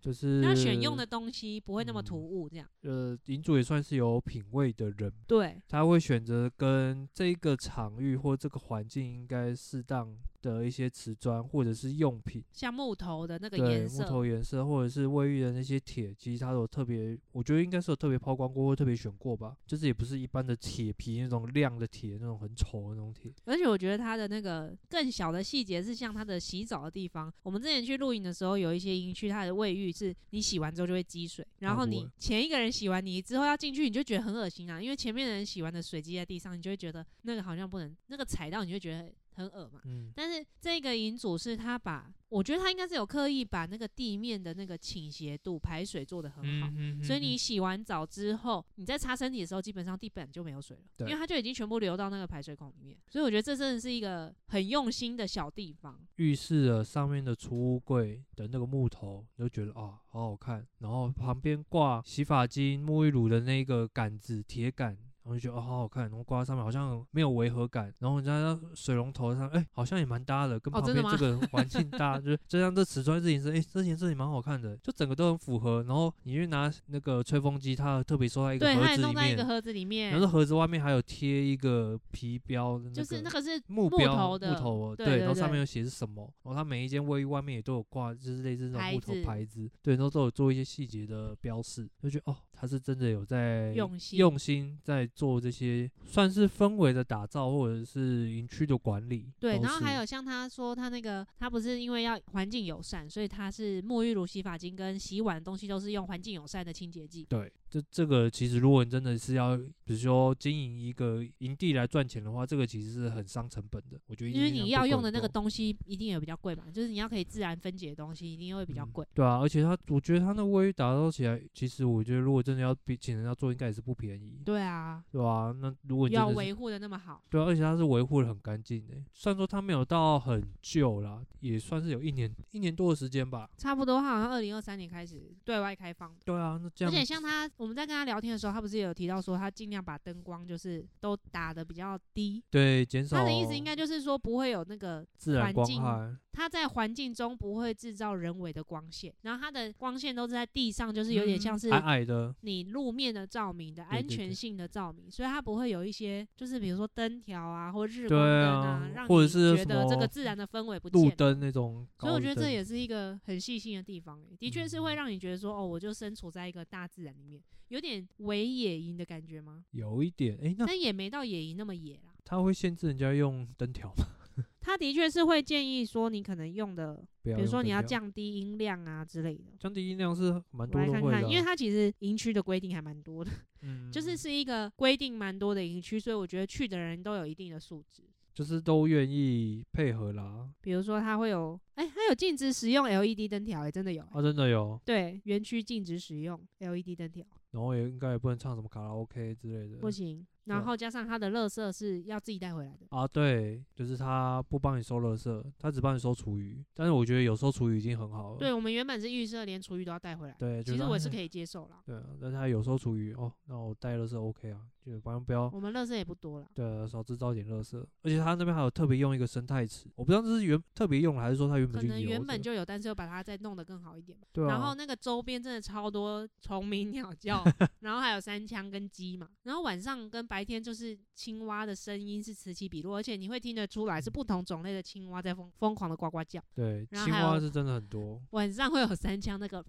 就是那选用的东西不会那么嗯突兀，这样。呃，营主也算是有品味的人。对，他会选择跟这个场域或这个环境应该适当的一些瓷砖或者是用品，像木头的那个对颜木色，头颜色或者是卫浴的那些铁，其实他有特别，我觉得应该是有特别抛光过或特别选过吧，就是也不是一般的铁皮那种亮的铁，那种很丑的那种铁。而且我觉得它的那个更小的细节是像它的洗澡的地方。我们之前去露营的时候，有一些营区它的卫浴是你洗完之后就会积水，然后啊不你会前一个人洗完，你之后要进去你就觉得很恶心啊，因为前面的人洗完的水积在地上，你就会觉得那个好像不能，那个踩到你就觉得。很恶嘛。嗯，但是这个银主是他把，我觉得他应该是有刻意把那个地面的那个倾斜度、排水做得很好，嗯所以你洗完澡之后，你在擦身体的时候，基本上地板就没有水了，因对为它就已经全部流到那个排水孔里面。所以我觉得这真的是一个很用心的小地方。浴室的上面的储物柜的那个木头，你就觉得啊，好好看。然后旁边挂洗发精、沐浴乳的那个杆子，铁杆，然后就觉得哦，好好看。然后挂在上面好像没有违和感。然后人家那水龙头上，哎、好像也蛮搭的，跟哦旁真边的这 个环境搭，就是就像这瓷砖这颜色，哎、这颜色也蛮好看的，就整个都很符合。然后你去拿那个吹风机，它特别收在一个对，盒它也子弄里在一面个，盒子里面然，后盒子外面还有贴一个皮标，就是那个是目木标头的木头哦对然后对上对面有写是什么，然后它每一间卫浴外面也都有挂，就是类似那种牌木头子牌子，对，然后都有做一些细节的标示，就觉得哦，它是真的有在用心用心在做这些，算是氛围的打造或者是营区的管理，对，都然后还是有像他说他那个，他不是因为要环境友善，所以他是沐浴乳、洗发精跟洗碗的东西都是用环境友善的清洁剂。对，这这个其实如果你真的是要，比如说经营一个营地来赚钱的话，这个其实是很伤成本的，我觉得因为你要用的那个东。东西一定也比较贵嘛，就是你要可以自然分解的东西一定会比较嗯贵。对啊，而且它，我觉得它那卫浴打造起来，其实我觉得如果真的要比请人家做，应该也是不便宜，对啊，对吧、那如果你要真的是维护的那么好，对啊、而且它是维护的很干净的，虽然说它没有到很旧啦，也算是有一年一年多的时间吧。差不多他好像二零二三年开始对外开放的。对啊，那这而样且像他，我们在跟他聊天的时候，他不是也有提到说，他尽量把灯光就是都打的比较低。对减少他的意思应该就是说不会有那个自然环光境害，它在环境中不会制造人为的光线，然后它的光线都是在地上，就是有点嗯像是矮矮的，你路面的照明的对安对全对性的照明，所以它不会有一些就是比如说灯条啊或日对光灯啊让或者你是觉什得这么个自然的氛围不路见。灯那种高所以的灯。嗯我觉得这也是一个很细心的地方、欸，的确是会让你觉得说，哦，我就身处在一个大自然里面，有点伪野营的感觉吗？有一点，哎，那但也没到野营那么野啦。它会限制人家用灯条吗？ 他的确是会建议说，你可能用的，比比如说你要，降低音量啊之类的。降低音量是蛮我多来都看会的啊，看，因为它其实营区的规定还蛮多的，嗯就是是一个规定蛮多的营区，所以我觉得去的人都有一定的素质。就是都愿意配合啦。比如说，它会有，哎、它有禁止使用 LED 灯条、哎，真的有、哎啊，真的有，对，园区禁止使用 LED 灯条，然后也应该也不能唱什么卡拉 OK 之类的。不行。嗯对然后加上它的垃圾是要自己带回来的，啊，对，就是他不帮你收垃圾，他只帮你收厨余。但是我觉得有收厨余已经很好了。对我们原本是预设连厨余都要带回来，对，其实我也是可以。以接受啦，对啊，但他有收厨余哦，那我带垃圾 OK 啊，就反正不要。我们垃圾也不多啦。对啊，少制造一点垃圾，而且他那边还有特别用一个生态池，我不知道这是原特别用了还是说他原可本就能有原本的就有，但是又把它再弄得更好一点吧。对啊，然后那个周边真的超多虫鸣 鸟叫，然后还有山枪跟鸡嘛。然后晚上跟白天就是青蛙的声音是此起彼落，而且你会听得出来是不同种类的青蛙在疯疯狂的呱呱叫。对然后青还蛙有是真的很多，晚上会有山枪那个，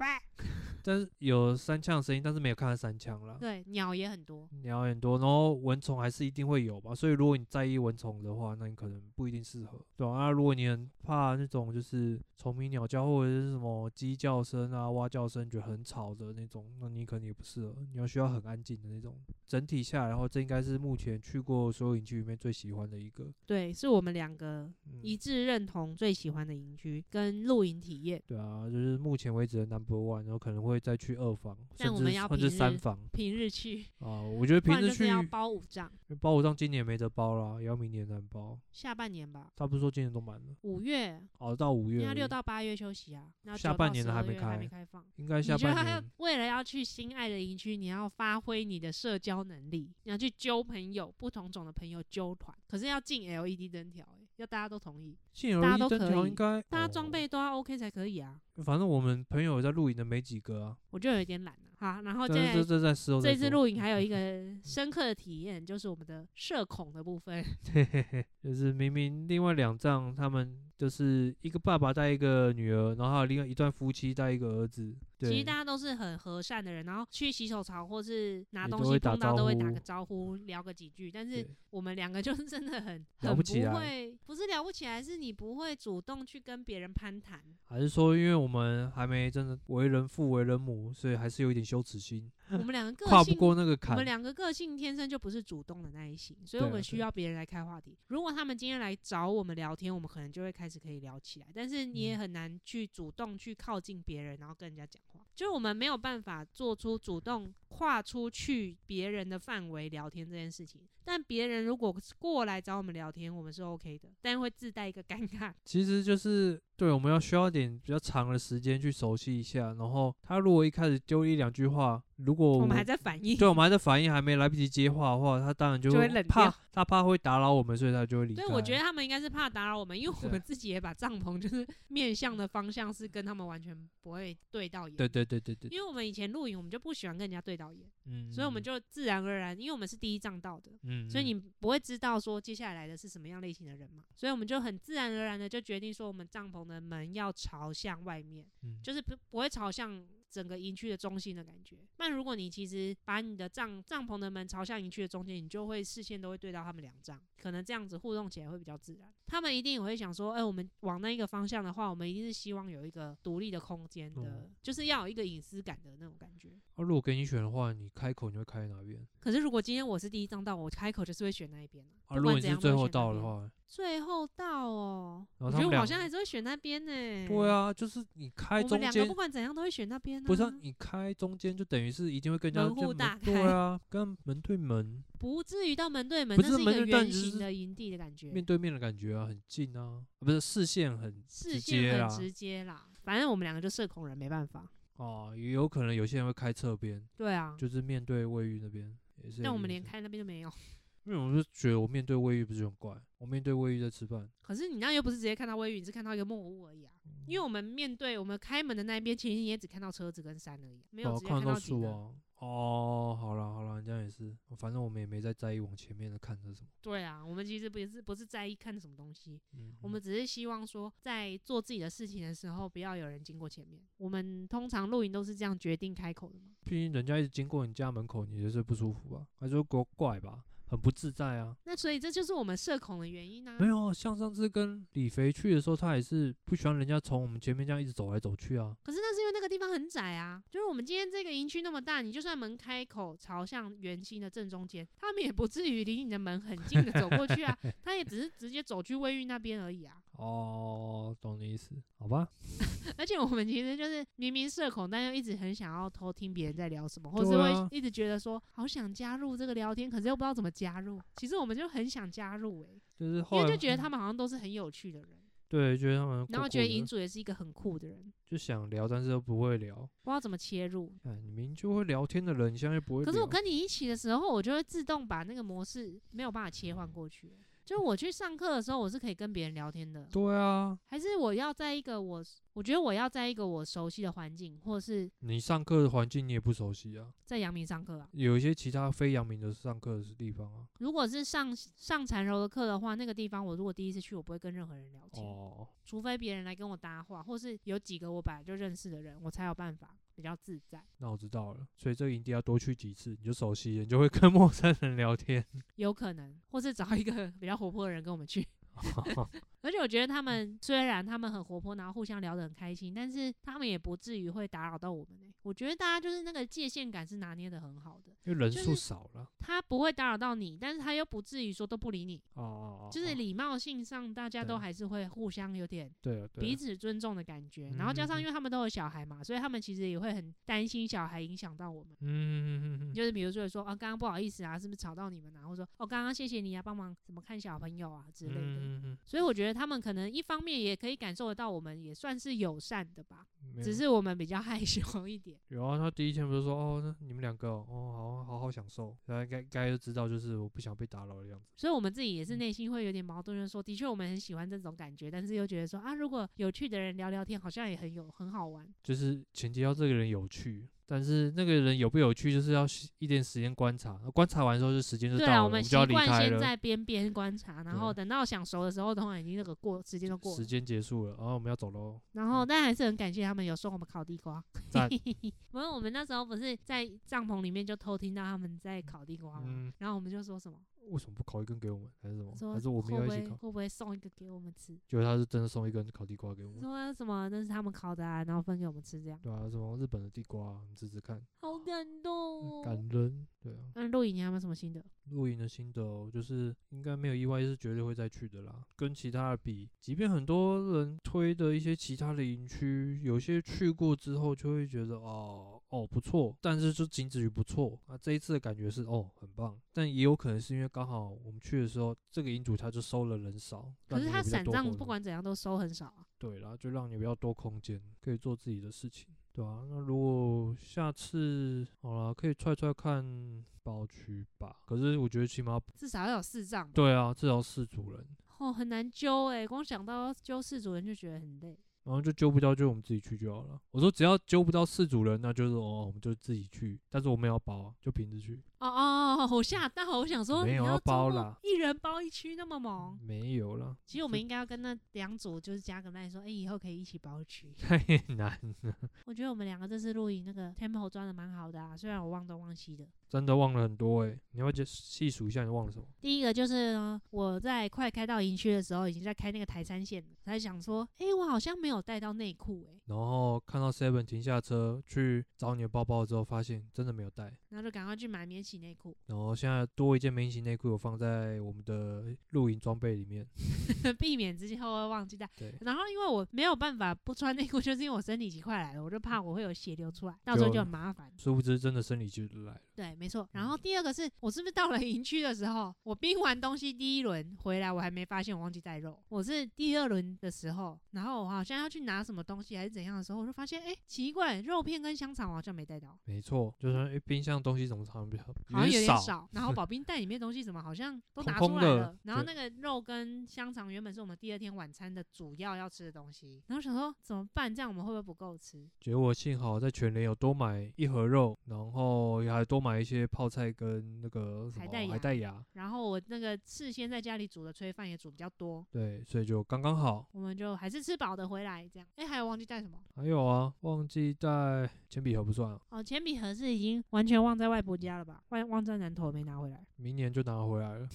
但是有三枪的声音，但是没有看到三枪 啦。对，鸟也很多。鸟很多，然后蚊虫还是一定会有吧，所以如果你在意蚊虫的话，那你可能不一定适合，对吧、啊？如果你很怕那种就是虫鸣鸟叫或者是什么鸡叫声啊、蛙叫声，觉得很吵的那种，那你可能也不适合。你要需要很安静的那种。整体下来，然后这应该是目前去过所有营区里面最喜欢的一个。对，是我们两个一嗯，致认同最喜欢的营区跟露营体验。对啊，就是目前为止的 number one，然后可能会再去二房，但甚我们至要甚至平三日房平日去，啊。我觉得不平然时就去是要包五帐，包五藏今年没得包啦，也要明年难包。下半年吧，他不是说今年都满了。五月，哦，到五因月为而它已，六到八月休息啊，那下9到半年的还12没月还没开开放。应该你下就半要年。为了要去心爱的营区，你要发挥你的社交能力，你要去揪朋友，不同种的朋友揪团。可是要进 LED 灯条、欸，要大家都同意，现有大家一都灯可条以应该大家装、哦备都要 OK 才可以啊。反正我们朋友在露营的没几个啊。我就有一点懒了、好，然后但接是下来这这在事后再哦这次说露营还有一个深刻的体验，就是我们的社恐的部分。 就是明明另外两仗他们就是一个爸爸带一个女儿，然后还有另外一对夫妻带一个儿子。对，其实大家都是很和善的人，然后去洗手槽或是拿也东都西会打碰到都会招打呼个招呼，聊个几句。但是对我们两个就是真的很聊很不起来会，不是聊不起来，是你不会主动去跟别人攀谈。还是说因为我们还没真的为人父为人母，所以还是有一点羞耻心，我们两个个跨不性过那个我坎们。两个个性天生就不是主动的那一型，所以对我啊们需对啊要别人来开话题。如果他们今天来找我们聊天，我们可能就会开始可以聊起来。但是你也嗯很难去主动去靠近别人，然后跟人家讲话，就是我们没有办法做出主动跨出去别人的范围聊天这件事情。但别人如果过来找我们聊天，我们是 OK 的，但会自带一个尴尬。其实就是对，我们要需要点比较长的时间去熟悉一下。然后他如果一开始丢一两句话，如果我们还在反 应，对我们还在反应还没来不及接话的话，他当然就就会会冷怕掉，他怕会打扰我们，所以他就会离开。对，我觉得他们应该是怕打扰我们，因为我对啊们自己也把帐篷就是面向的方向是跟他们完全不会对到眼。对对对对对，因为我们以前露营，我们就不喜欢跟人家对到眼，嗯，所以我们嗯就自然而然，因为我们是第一仗到的，嗯，所以嗯你不会知道说接下来来的是什么样类型的人嘛，所以我们就很自然而然的就决定说，我们帐篷的门要朝向外面，嗯就是不不会朝向整个营区的中心的感觉。那如果你其实把你的帐帐篷的门朝向营区的中间，你就会视线都会对到他们两帐，可能这样子互动起来会比较自然。他们一定也会想说，哎、我们往那一个方向的话，我们一定是希望有一个独立的空间的，嗯就是要有一个隐私感的那种感觉。啊如果给你选的话，你开口你会开哪边？可是如果今天我是第一张到，我开口就是会选那一边、不啊，如果管你怎是样最都会后选那到的边话，最后到哦，我然后他觉得们我好两像还是会选那边呢、对，啊，就是你开我们中两个间不，管怎样都会选那边、啊。不是啊你开中间就等于是一定会跟人家门户这样大门对开啊，跟门对门不至于到门对门，不那是是一门个对但圆只形是的营地的感觉，面对面的感觉啊，很近啊，啊不是视线很视直接线啦很直接啦。反正我们两个就社恐人，没办法。哦，也有可能有些人会开侧边，对啊，就是面对卫浴那边也是有一个原因。但我们连开那边都没有。因为我就觉得我面对卫浴不是很怪，我面对卫浴在吃饭，可是你那又不是直接看到微雨，你是看到一个木屋而已啊。嗯因为我们面对我们开门的那一边，其实你也只看到车子跟山而已啊、没有哦直接看到到景树啊。啊。哦，好啦好啦，这样也是，反正我们也没在在意往前面的看着什么。对啊，我们其实不是不是在意看什么东西，嗯，我们只是希望说，在做自己的事情的时候，不要有人经过前面。我们通常露营都是这样决定开口的嘛。毕竟人家一直经过你家门口，你就是不舒服吧？还说怪怪吧，很不自在啊。那所以这就是我们社恐的原因啊。没有啊，像上次跟李肥去的时候，他也是不喜欢人家从我们前面这样一直走来走去啊。可是那是因为那个地方很窄啊，就是我们今天这个营区那么大，你就算门开口朝向圆心的正中间，他们也不至于离你的门很近的走过去 啊，他也只是直接走去卫浴那边而已啊。哦，懂你意思，好吧？而且我们其实就是明明社恐，但又一直很想要偷听别人在聊什么，或是对啊会一直觉得说好想加入这个聊天，可是又不知道怎么加入。其实我们就很想加入诶、就是因后为来嗯就觉得他们好像都是很有趣的人，对，觉得他们然后酷觉得酷的营主也是一个很酷的人，就想聊，但是又不会聊。不知道怎么切入。哎，你明明就会聊天的人，你现在又不会聊。可是我跟你一起的时候，我就会自动把那个模式没有办法切换过去。就是我去上课的时候，我是可以跟别人聊天的，对啊，还是我要在一个我，我觉得我要在一个我熟悉的环境，或是你上课的环境你也不熟悉啊，在阳明上课啊。有一些其他非阳明的上课的地方啊。如果是上上缠柔的课的话，那个地方我如果第一次去，我不会跟任何人聊天，哦，除非别人来跟我搭话，或是有几个我本来就认识的人，我才有办法比较自在。那我知道了，所以这个营地要多去几次，你就熟悉了，你就会跟 陌生人聊天。有可能，或是找一个 比较活泼的人跟我们 去。而且我觉得嗯他们虽然他们很活泼，然后互相聊得很开心，但是他们也不至于会打扰到我们、欸。我觉得大家就是那个界限感是拿捏得很好的，因为人就数是少了。他不会打扰到你，但是他又不至于说都不理你，哦哦哦，就是哦礼貌性上大家都对还是会互相有点对啊对嗯彼啊，此尊重的感觉。然后加上因为他们都有小孩嘛，所以他们其实也会很担心小孩影响到我们。嗯，嗯嗯嗯嗯嗯就是比如说说啊，刚刚不好意思啊，是不是吵到你们啊？或者说哦，刚刚谢谢你啊，帮忙怎么看小朋友啊之类的。嗯嗯所以我觉得他们可能一方面也可以感受得到，我们也算是友善的吧，嗯没只有是我们比较害羞一点。有啊，他第一天不是说哦，那你们两个哦，哦好啊好好享受，大家该该就知道，就是我不想被打扰的样子。所以我们自己也是嗯内心会有点矛盾，就是说，的确我们很喜欢这种感觉，但是又觉得说啊，如果有趣的人聊聊天，好像也很有很好玩。就是前提要这个人有趣，但是那个人有不有趣，就是要时一点时间观察。那观察完之后，就时间就对到啊，了，我们们习就要离惯开先了。在边边观 察，然后等到想熟的时候，通常已经那个过时间都过时了。间结束了，然哦后我们要走喽。然后，但还是很感谢他们有送我们烤地瓜。嗯 赞 不是我们那时候不是在帐篷里面就偷听到他们在烤地瓜吗？嗯，然后我们就说什么？为什么不烤一根给我们？还是什么？说还是我们会要不一起会烤？会不会送一个给我们吃？结果他是真的送一根烤地瓜给我们，啊说什么那是他们烤的啊，然后分给我们吃这样。对啊，什么日本的地瓜、试试看，好感动哦。感人，对啊。那录影你还有没有什么心得？露营的心得哦，就是应该没有意外是绝对会再去的啦。跟其他的比，即便很多人推的一些其他的营区，有些去过之后就会觉得哦哦不错，但是就仅止于不错啊。这一次的感觉是哦很棒，但也有可能是因为刚好我们去的时候，这个营主他就收了人少，可是让你他有比较散多账活不动管怎样都收很少啊。对啦，就让你比较多空间，可以做自己的事情，对啊，那如果下次好啦，可以踹踹看包区吧。可是我觉得起码至少要有四账吧。对啊，至少四组人，哦，很难揪哎、光想到要揪四组人就觉得很累。然后就揪不到，就我们自己去就好了。我说只要揪不到四组人，那就是哦，我们就自己去，但是我们要包啊，就平时去，哦哦，哦，我吓到，我想说没你有要要周包末啦一人包一区那么猛。没有 啦，其实我们就应该要跟那两组就是加个麦说，哎、以后可以一起包一区。太难了，我觉得我们两个这次露营那个 tempo 抓的蛮好的啊，虽然我忘东忘西的。真的忘了很多诶、你要不要就细数一下你忘了什么？第一个就是呢，我在快开到营区的时候，已经在开那个台山线了，才想说，哎、我好像没有带到内裤哎，然后看到 Seven 停下车去找你的包包之后，发现真的没有带。然后就赶快去买免洗内裤， 然后现在多一件免洗内裤，有放在我们的露营装备里面。避免之后会忘记带。对，然后因为我没有办法不穿内裤，就是因为我生理期快来了，我就怕我会有血流出来，到时候就很麻烦。殊不知真的生理期来了。对，没错。然后嗯第二个是我是不是到了营区的时候，我冰完东西第一轮回来，我还没发现我忘记带肉。我是第二轮的时候，然后我好像要去拿什么东西还是怎样的时候，我就发现哎，奇怪，肉片跟香肠我好像没带到，没错，就是诶冰箱的东西怎么好像比较好像有点少，少。然后保冰袋里面的东西怎么好像都拿空出空来的了？然后那对个肉跟香肠原本是我们第二天晚餐的主要要吃的东西，然后想说怎么办？这样我们会不会不够吃？结果幸好在全联有多买一盒肉，然后也还多买一些泡菜跟那个什海么带芽海带芽，然后我那个事先在家里煮的炊饭也煮比较多，对，所以就刚刚好。我们就还是吃饱的回来这样。哎，还有忘记带什么？还有啊，忘记带铅笔盒不算、啊，哦，铅笔盒是已经完全忘在外婆家了吧？忘忘在南头没拿回来。明年就拿回来了。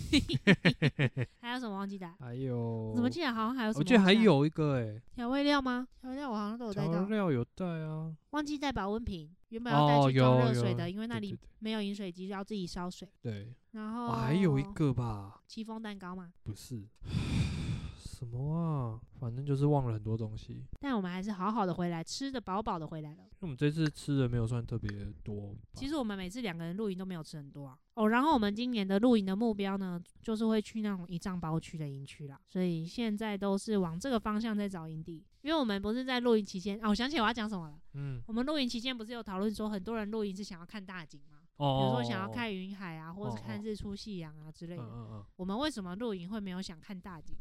还有什么忘记带？还有，怎么记得好像还有什么？我哦记得还有一个诶、调味料吗？调味料我好像都有带调到，料有带啊，忘记带保温瓶，原本要带哦去装有热水有的，因为那对里对没有饮水机，要自己烧水。对对然后啊还有一哦个吧，戚风蛋糕嘛，不是 什么啊，反正就是忘了很多东西。因但我们还是好好的回来，吃的饱饱的回来了。为我们这次吃的没有算特别多吧，其实我们每次两个人露营都没有吃很多啊。哦，然后我们今年的露营的目标呢，就是会去那种一丈包区的营区啦，所以现在都是往这个方向在找营地。因为我们不是在露营期间啊，我想起我要讲什么了。嗯，我们露营期间不是有讨论说，很多人露营是想要看大景吗？比哦，如说想哦要哦看云海啊，或者是哦看哦日出、夕阳啊之类嗯的。嗯嗯，我们为什么露营会没有想看大景？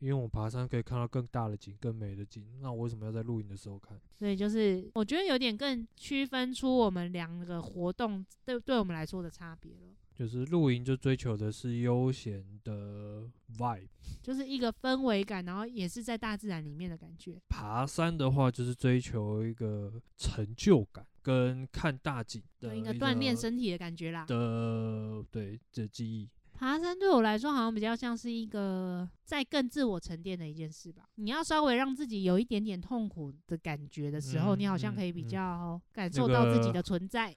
因为我爬山可以看到更大的景、更美的景，那我为什么要在露营的时候看？所以就是我觉得有点更区分出我们两个活动对对我们来说的差别了。就是露营就追求的是悠闲的 vibe，就是一个氛围感，然后也是在大自然里面的感觉。爬山的话就是追求一个成就感跟看大景的一个锻炼啊个身体的感觉啦。的对的记忆。爬山对我来说好像比较像是一个在更自我沉淀的一件事吧。你要稍微让自己有一点点痛苦的感觉的时候，嗯你好像嗯可以比嗯较感那受到自己个的存在。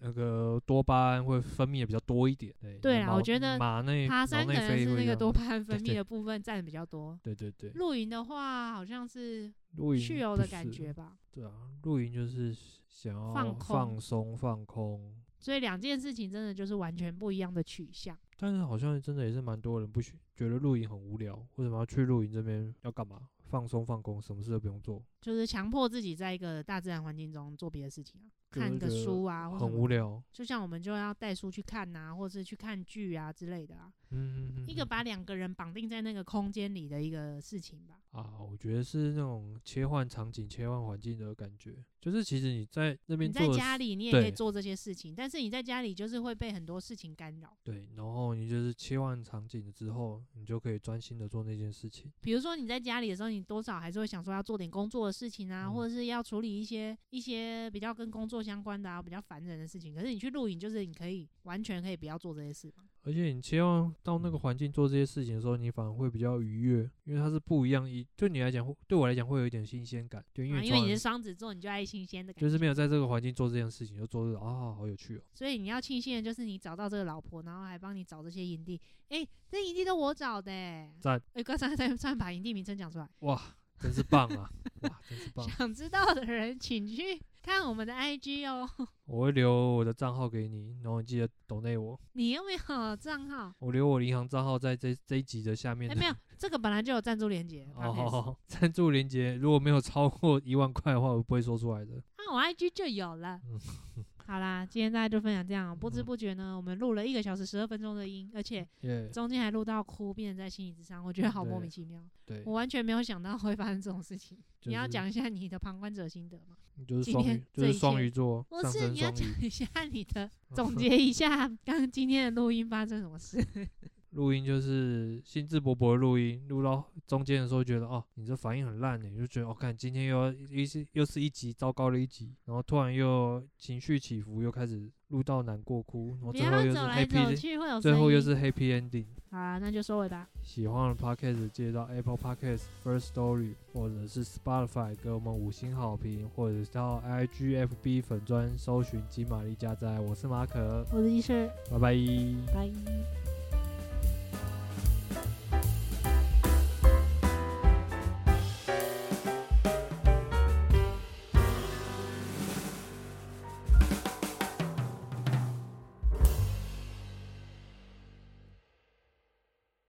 那个多巴胺会分泌的比较多一点。对对你的啦我脑觉得马内爬山脑可内能啡是会那这个样多 巴胺分对泌对的部分占的比较多。对对对，露营的话，好像是露营去游的不感是觉。吧。对啊，露营就是想要放空放松放空，所以两件事情真的就是完全不一样的取向。但是好像真的也是蛮多人不喜觉得露营很无聊，为什么要去露营这边要干嘛？放松放空，什么事都不用做，就是强迫自己在一个大自然环境中做别的事情啊，就看是个觉得书啊，或什很么无聊。就像我们就要带书去看呐、或是去看剧啊之类的啊，嗯，嗯嗯一个嗯把两个人绑定在那个空间里的一个事情吧。啊，我觉得是那种切换场景、切换环境的感觉，就是其实你在你那边在做的家里你也可以对做这些事情，但是你在家里就是会被很多事情干扰。对，然后你就是切换场景了之后，你就可以专心的做那件事情。比如说你在家里的时候，你多少还是会想说要做点工作的事情啊，嗯或者是要处理一些一些比较跟工作相关的啊，比较烦人的事情。可是你去露营，就是你可以完全可以不要做这些事嘛。而且你切换到那个环境做这些事情的时候，你反而会比较愉悦，因为它是不一样。一对你来讲会，对我来讲会有一点新鲜感，对，因啊为因为从你来是双子座，你就爱新鲜的感觉，就是没有在这个环境做这件事情，就做这个啊，好有趣哦。所以你要庆幸的就是你找到这个老婆，然后还帮你找这些营地。哎、这营地都我找的、欸，赞哎、刚才才算把营地名称讲出来，哇，真是棒啊！哇，真是棒！想知道的人请去看我们的 IG 哦。我会留我的账号给你，然后你记得 donate 我，你有没有账号？我留我的银行账号在这这一集的下面哎、的。没有，这个本来就有赞助连接。哦，好 podcast 好好赞助连接如果没有超过一万块的话，我不会说出来的。啊，我 IG 就有了。 好啦，今天大家就分享这样，哦不知嗯不觉呢，我们录了一个小时十二分钟的音，而且耶、中间还录到哭，变成在心理之上，我觉得好莫对名其妙，对我，完全没有想到会发生这种事情。就你要是讲一下你的旁观者心得吗？就是今双天鱼，这就一是切双鱼座，不上是，升嗯你要双讲鱼。一 下你的，总结一下刚今天的录音发生什么事。录音就是兴致勃勃的录音，录到中间的时候觉得哦，你这反应很烂呢，就觉得哦，看今天又要一是又是一集糟糕的一集，然后突然又情绪起伏，又开始录到难过哭，然后不最要后又是走来走 happy，的去会有声音。最后又是 happy ending。好啦，那就收尾吧。喜欢的 podcast 记得到 Apple Podcast First Story 或者是 Spotify 给我们五星好评，或者是到 IGFB 粉专搜寻金玛丽加载。我是马可，我的医生，拜拜。拜。